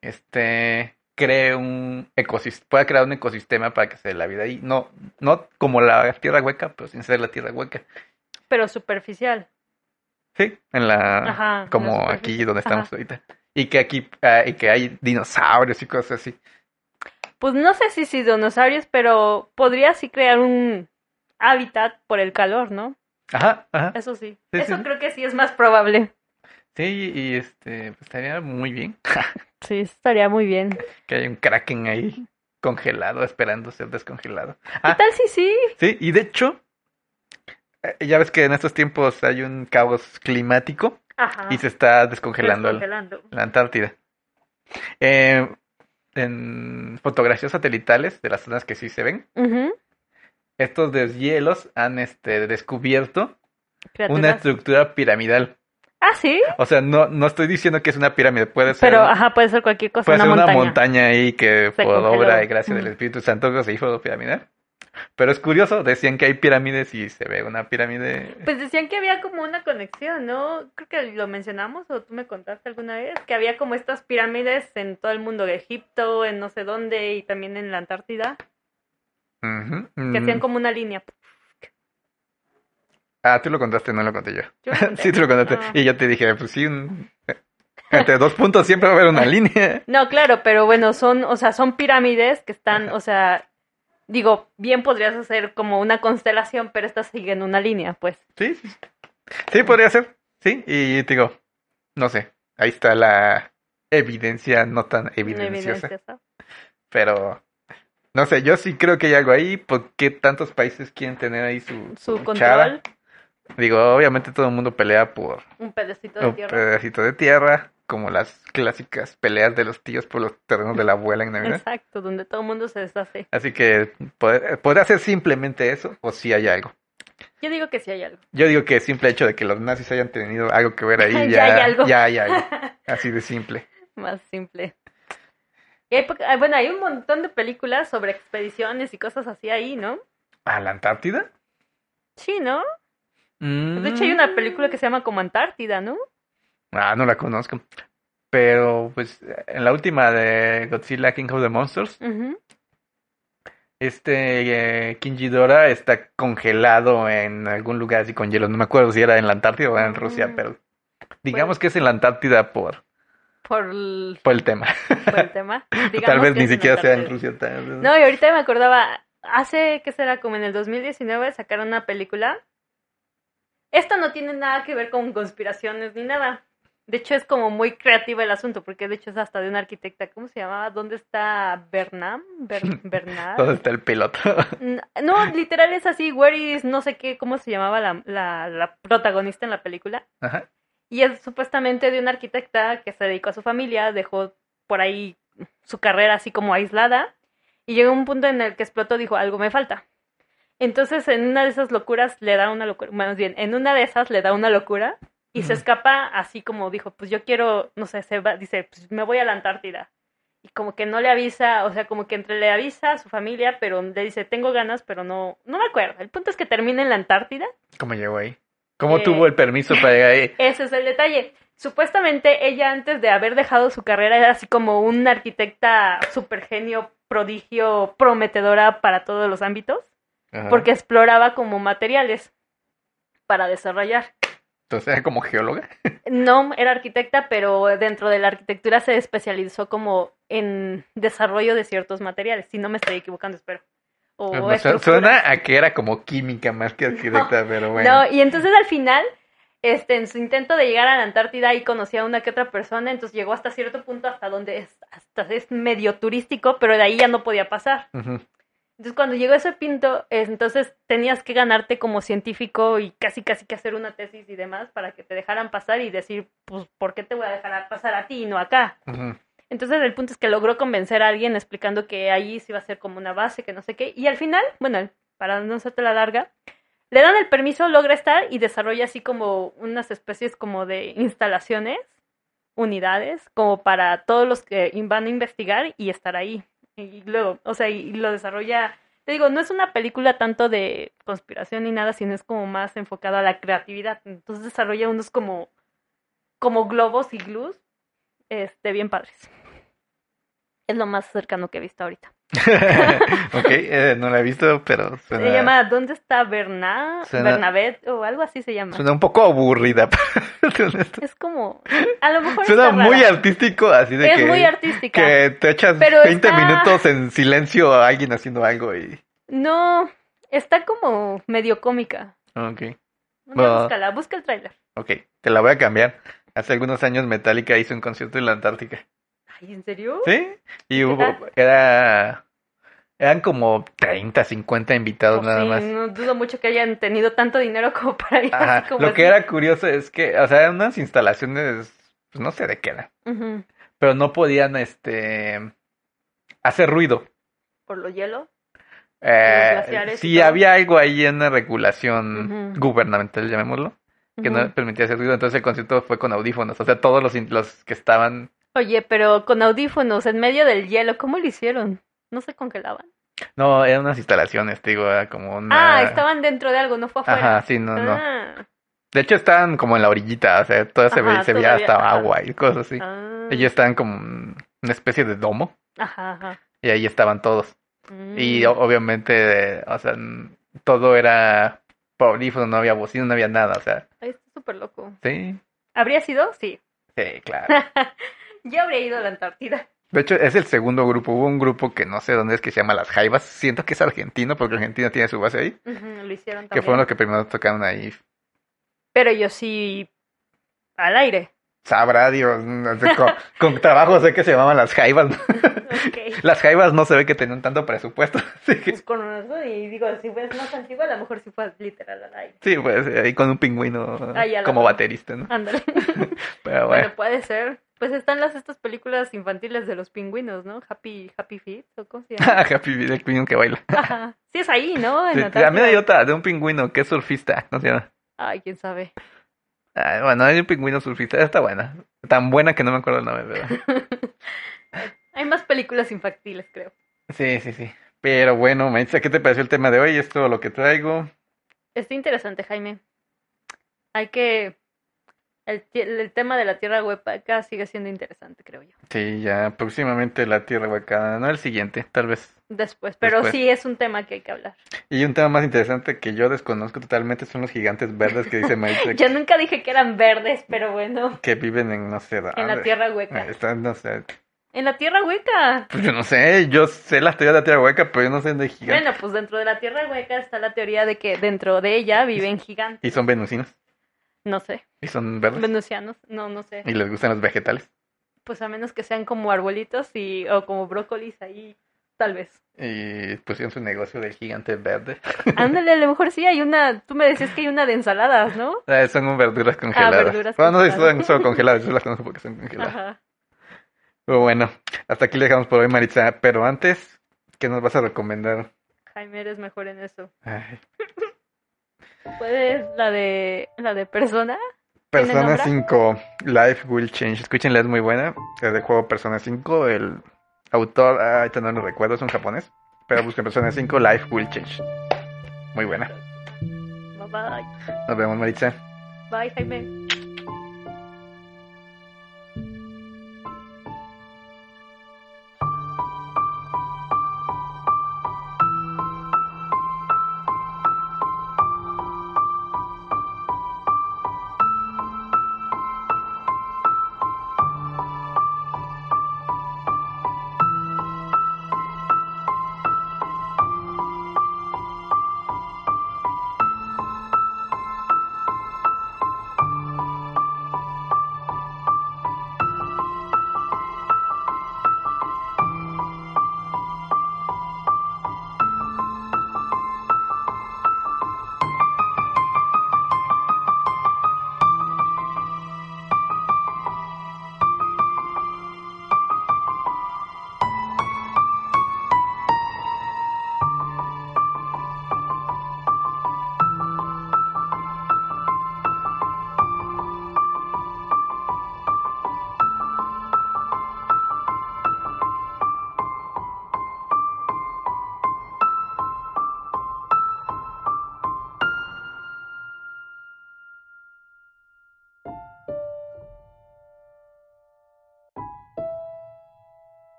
este, cree un ecosistema, pueda crear un ecosistema para que se dé la vida ahí, no, no como la tierra hueca, pero sin ser la tierra hueca,
Pero superficial.
sí, en la,
Ajá. la
Ah, como
superficie.
aquí donde estamos ahorita, y que aquí, ah, y que hay dinosaurios y cosas así,
Pues no sé si sí dinosaurios, pero podría sí crear un hábitat por el calor, ¿no?
ajá, ajá,
Eso sí.
Sí,
Eso
sí.
creo que sí es más probable.
sí, y este, pues, estaría muy bien
Sí, estaría muy bien.
que haya un kraken ahí congelado, esperando ser descongelado.
¿Qué
Ah,
tal si sí?
Sí, y de hecho, eh, ya ves que en estos tiempos hay un caos climático
Ajá.
y se está descongelando el-
Descongelando.
la Antártida. Eh, en fotografías satelitales de las zonas que sí se ven,
Ujú.
estos deshielos han este, descubierto una
Criaturas.
estructura piramidal.
Ah, sí.
O sea, no, no estoy diciendo que es una pirámide, puede ser,
Pero, ajá, puede ser cualquier cosa,
puede
una,
ser
montaña.
una montaña ahí que
Se
por
congeló.
obra y gracia del
Ujú.
Espíritu Santo se hizo piramidal. Pero es curioso, decían que hay pirámides y se ve una pirámide.
Pues decían que había como una conexión, ¿no? Creo que lo mencionamos o tú me contaste alguna vez, que había como estas pirámides en todo el mundo, de Egipto, en no sé dónde y también en la Antártida,
Ujú,
que hacían
mm.
como una línea.
Ah, tú lo contaste, no lo conté yo.
Yo no sé.
Sí, tú lo contaste.
Ah.
Y yo te dije, pues sí, un- entre dos puntos siempre va a haber una línea.
No, claro, pero bueno, son, o sea, son pirámides que están,
Ajá.
o sea, digo, bien podrías hacer como una constelación, pero estas siguen una línea, pues.
Sí, sí. Sí, podría ser. Sí, y te digo, no sé, ahí está la evidencia no tan
Una
evidenciosa.
evidencia,
Pero, no sé, yo sí creo que hay algo ahí. ¿Por qué tantos países quieren tener ahí su,
Su
cuchara?
control.
Digo, obviamente todo el mundo pelea por
Un pedacito de
un
tierra.
pedacito de tierra, como las clásicas peleas de los tíos por los terrenos de la abuela en Navidad.
Exacto, donde todo el mundo se deshace.
Así que pod- podrá ser simplemente eso o si hay algo.
Yo digo que sí hay algo.
Yo digo que el simple hecho de que los nazis hayan tenido algo que ver ahí
Ya
ya,
hay algo.
ya hay algo. Así de simple.
Más simple. Y hay poca- ah, bueno, hay un montón de películas sobre expediciones y cosas así ahí, ¿no?
¿A la Antártida?
Sí, ¿no? Pues,
Mm.
De hecho, hay una película que se llama como Antártida, ¿no?
Ah, no la conozco. Pero pues en la última de Godzilla King of the Monsters,
Ujú.
este eh, King Ghidorah está congelado en algún lugar así con hielo. No me acuerdo si era en la Antártida o en Rusia,
Mm.
pero digamos que es en la Antártida por,
Por, el,
por el tema.
por el tema.
Tal
Digamos
vez
que
ni
es en
siquiera sea en
Antártida.
Rusia. tal vez.
No, y ahorita me acordaba, hace, ¿qué será? Como en el 2019 sacaron una película. Esta no tiene nada que ver con conspiraciones ni nada. De hecho, es como muy creativa el asunto, porque de hecho es hasta de una arquitecta. ¿Cómo se llamaba? ¿Dónde está Bernam? Ber-
¿Dónde
Bernard.
está el piloto?
No, literal es así, where is, no sé qué, cómo se llamaba la, la, la protagonista en la película.
Ajá.
Y es supuestamente de una arquitecta que se dedicó a su familia, dejó por ahí su carrera así como aislada. Y llegó un punto en el que explotó, dijo, algo me falta. Entonces, en una de esas locuras le da una locura, más bien, en una de esas le da una locura y se
Ujú.
escapa así como dijo, pues yo quiero, no sé, se va, dice, pues me voy a la Antártida. Y como que no le avisa, o sea, como que entre le avisa a su familia, pero le dice, tengo ganas, pero no, no me acuerdo. El punto es que termina en la Antártida
¿Cómo llegó ahí? ¿Cómo
Eh.
tuvo el permiso para llegar ahí?
ese es el detalle. Supuestamente ella antes de haber dejado su carrera era así como una arquitecta supergenio, prodigio, prometedora para todos los ámbitos,
Ajá.
porque exploraba como materiales para desarrollar.
Entonces era como geóloga.
No era arquitecta, pero dentro de la arquitectura se especializó como en desarrollo de ciertos materiales, si no me estoy equivocando, espero. O
No, su-
estructuras.
suena a que era como química más que arquitecta, pero bueno.
No, y entonces al final, este, en su intento de llegar a la Antártida y conocía a una que otra persona, entonces llegó hasta cierto punto hasta donde es, hasta es medio turístico, pero de ahí ya no podía pasar.
Ujú.
Entonces cuando llegó ese pinto, es- entonces tenías que ganarte como científico y casi casi que hacer una tesis y demás para que te dejaran pasar y decir, pues, ¿por qué te voy a dejar a pasar a ti y no acá?
Ujú.
Entonces el punto es que logró convencer a alguien explicando que ahí se iba a ser como una base, que no sé qué. Y al final, bueno, para no hacerte la larga, le dan el permiso, logra estar y desarrolla así como unas especies como de instalaciones, unidades, como para todos los que in- van a investigar y estar ahí. Y luego, o sea, y lo desarrolla. Te digo, no es una película tanto de conspiración ni nada, sino es como más enfocada a la creatividad. Entonces desarrolla unos como, como globos y glues, este, bien padres. Es lo más cercano que he visto ahorita.
ok, eh, no la he visto, pero suena,
Se llama ¿Dónde está Berna?
Suena-
Bernabet o algo así se llama.
suena un poco aburrida. para ser honesto.
Es como, a lo mejor
suena
está
muy
rara.
artístico, así de
es
que,
muy artística.
que te echas
Pero
20
está-
minutos en silencio a alguien haciendo algo y...
No, está como medio cómica.
Ok,
No,
Bueno.
Búscala, busca el tráiler.
ok, te la voy a cambiar. Hace algunos años Metallica hizo un concierto en la Antártica.
Ay, ¿en serio?
Sí, y hubo,
Uh, tal?
era, eran como 30, 50 invitados
Pues
nada
sí,
más.
No dudo mucho que hayan tenido tanto dinero como para ir
Ajá,
así como
lo que
así.
era curioso es que, o sea, eran unas instalaciones, pues no sé de qué eran,
Ujú,
pero no podían, este, hacer ruido.
Por los hielos.
Eh,
glaciares y
sí,
todo.
había algo ahí en una regulación
Ujú.
gubernamental, llamémoslo, que no
Ujú.
permitía hacer ruido, entonces el concierto fue con audífonos, o sea, todos los, in- los que estaban,
Oye, pero con audífonos en medio del hielo, ¿cómo lo hicieron? ¿No se congelaban?
no, eran unas instalaciones, te digo, era como una...
Ah, estaban dentro de algo, no fue afuera.
Ajá, sí, no, no.
Ah,
De hecho, estaban como en la orillita, o sea, todo se
Ajá,
veía, se veía
todavía,
hasta
ajá.
agua y cosas así.
ah.
Ellos estaban como en una especie de domo
Ajá, ajá.
y ahí estaban todos. Y
Mm.
o- obviamente, eh, o sea, n- todo era polífono, no había bocina, no había nada, o sea,
Ay, está súper loco.
sí,
¿Habría sido? Sí.
sí, claro.
Yo habría ido a la Antártida.
De hecho, es el segundo grupo. Hubo un grupo que no sé dónde es que se llama Las Jaivas. Siento que es argentino porque Argentina tiene su base ahí,
Ujú, lo hicieron
que
también.
fueron los que primero tocaron ahí.
Pero yo sí al aire.
sabrá Dios, no sé, con, con trabajo sé que se llamaban las jaivas.
Ok.
Las jaivas no se ve que tenían tanto presupuesto, así que
Pues con eso, y digo, si es más antigua, a lo mejor sí fue literal al aire.
sí, pues ahí con un pingüino
Ahí al
como
lado.
baterista, ¿no?
Ándale.
Pero bueno,
Bueno, puede ser. Pues están las estas películas infantiles de los pingüinos, ¿no? Happy, Happy Feet, ¿o cómo se llama?
Ah, Happy Feet, el pingüino que baila.
Ajá. Sí, es ahí, ¿no? En
Sí,
Antártida.
También hay otra de un pingüino que es surfista, ¿no se llama?
Ay, quién sabe.
Ah, bueno, hay un pingüino surfista, está buena. Tan buena que no me acuerdo el nombre, pero.
Hay más películas infantiles, creo.
Sí, sí, sí. Pero bueno, Maritza, ¿qué te pareció el tema de hoy? Es todo lo que traigo.
Está interesante, Jaime. Hay que... El, tie- el tema de la tierra huepaca sigue siendo interesante, creo yo.
Sí, ya próximamente la Tierra Huacana, no el siguiente, tal vez.
Después, pero
Después.
sí es un tema que hay que hablar.
Y un tema más interesante que yo desconozco totalmente son los gigantes verdes que dice Maritza
Yo nunca dije que eran verdes, pero bueno,
que viven en no sé
en la
dónde.
tierra hueca.
Están, no sé.
En la tierra hueca.
Pues yo no sé, yo sé las teorías de la Tierra Hueca, pero yo no sé de gigantes.
Bueno, pues dentro de la tierra hueca está la teoría de que dentro de ella viven gigantes.
Y son venusinos.
No sé,
Y son verdes.
venusianos, no, no sé.
Y les gustan los vegetales.
Pues a menos que sean como arbolitos y, o como brócolis ahí, tal vez.
Y pusieron su negocio de gigante verde.
Ándale, a lo mejor sí hay una, tú me decías que hay una de ensaladas, ¿no?
Ah, son verduras congeladas.
verduras
bueno, no sé si
congeladas.
son solo congeladas, yo las conozco porque son congeladas.
Ajá.
Pero bueno, hasta aquí le dejamos por hoy, Maritza. Pero antes, ¿qué nos vas a recomendar?
Jaime, eres mejor en eso.
Ay,
¿Puedes la de, la de persona?
Persona
nombre?
5, Life Will Change. Escúchenla, es muy buena. Es del juego Persona 5. El autor, ah, ahorita no lo recuerdo, es un japonés. Pero busquen Persona 5, Life Will Change. Muy buena.
Bye bye.
Nos vemos, Maritza.
Bye, Jaime.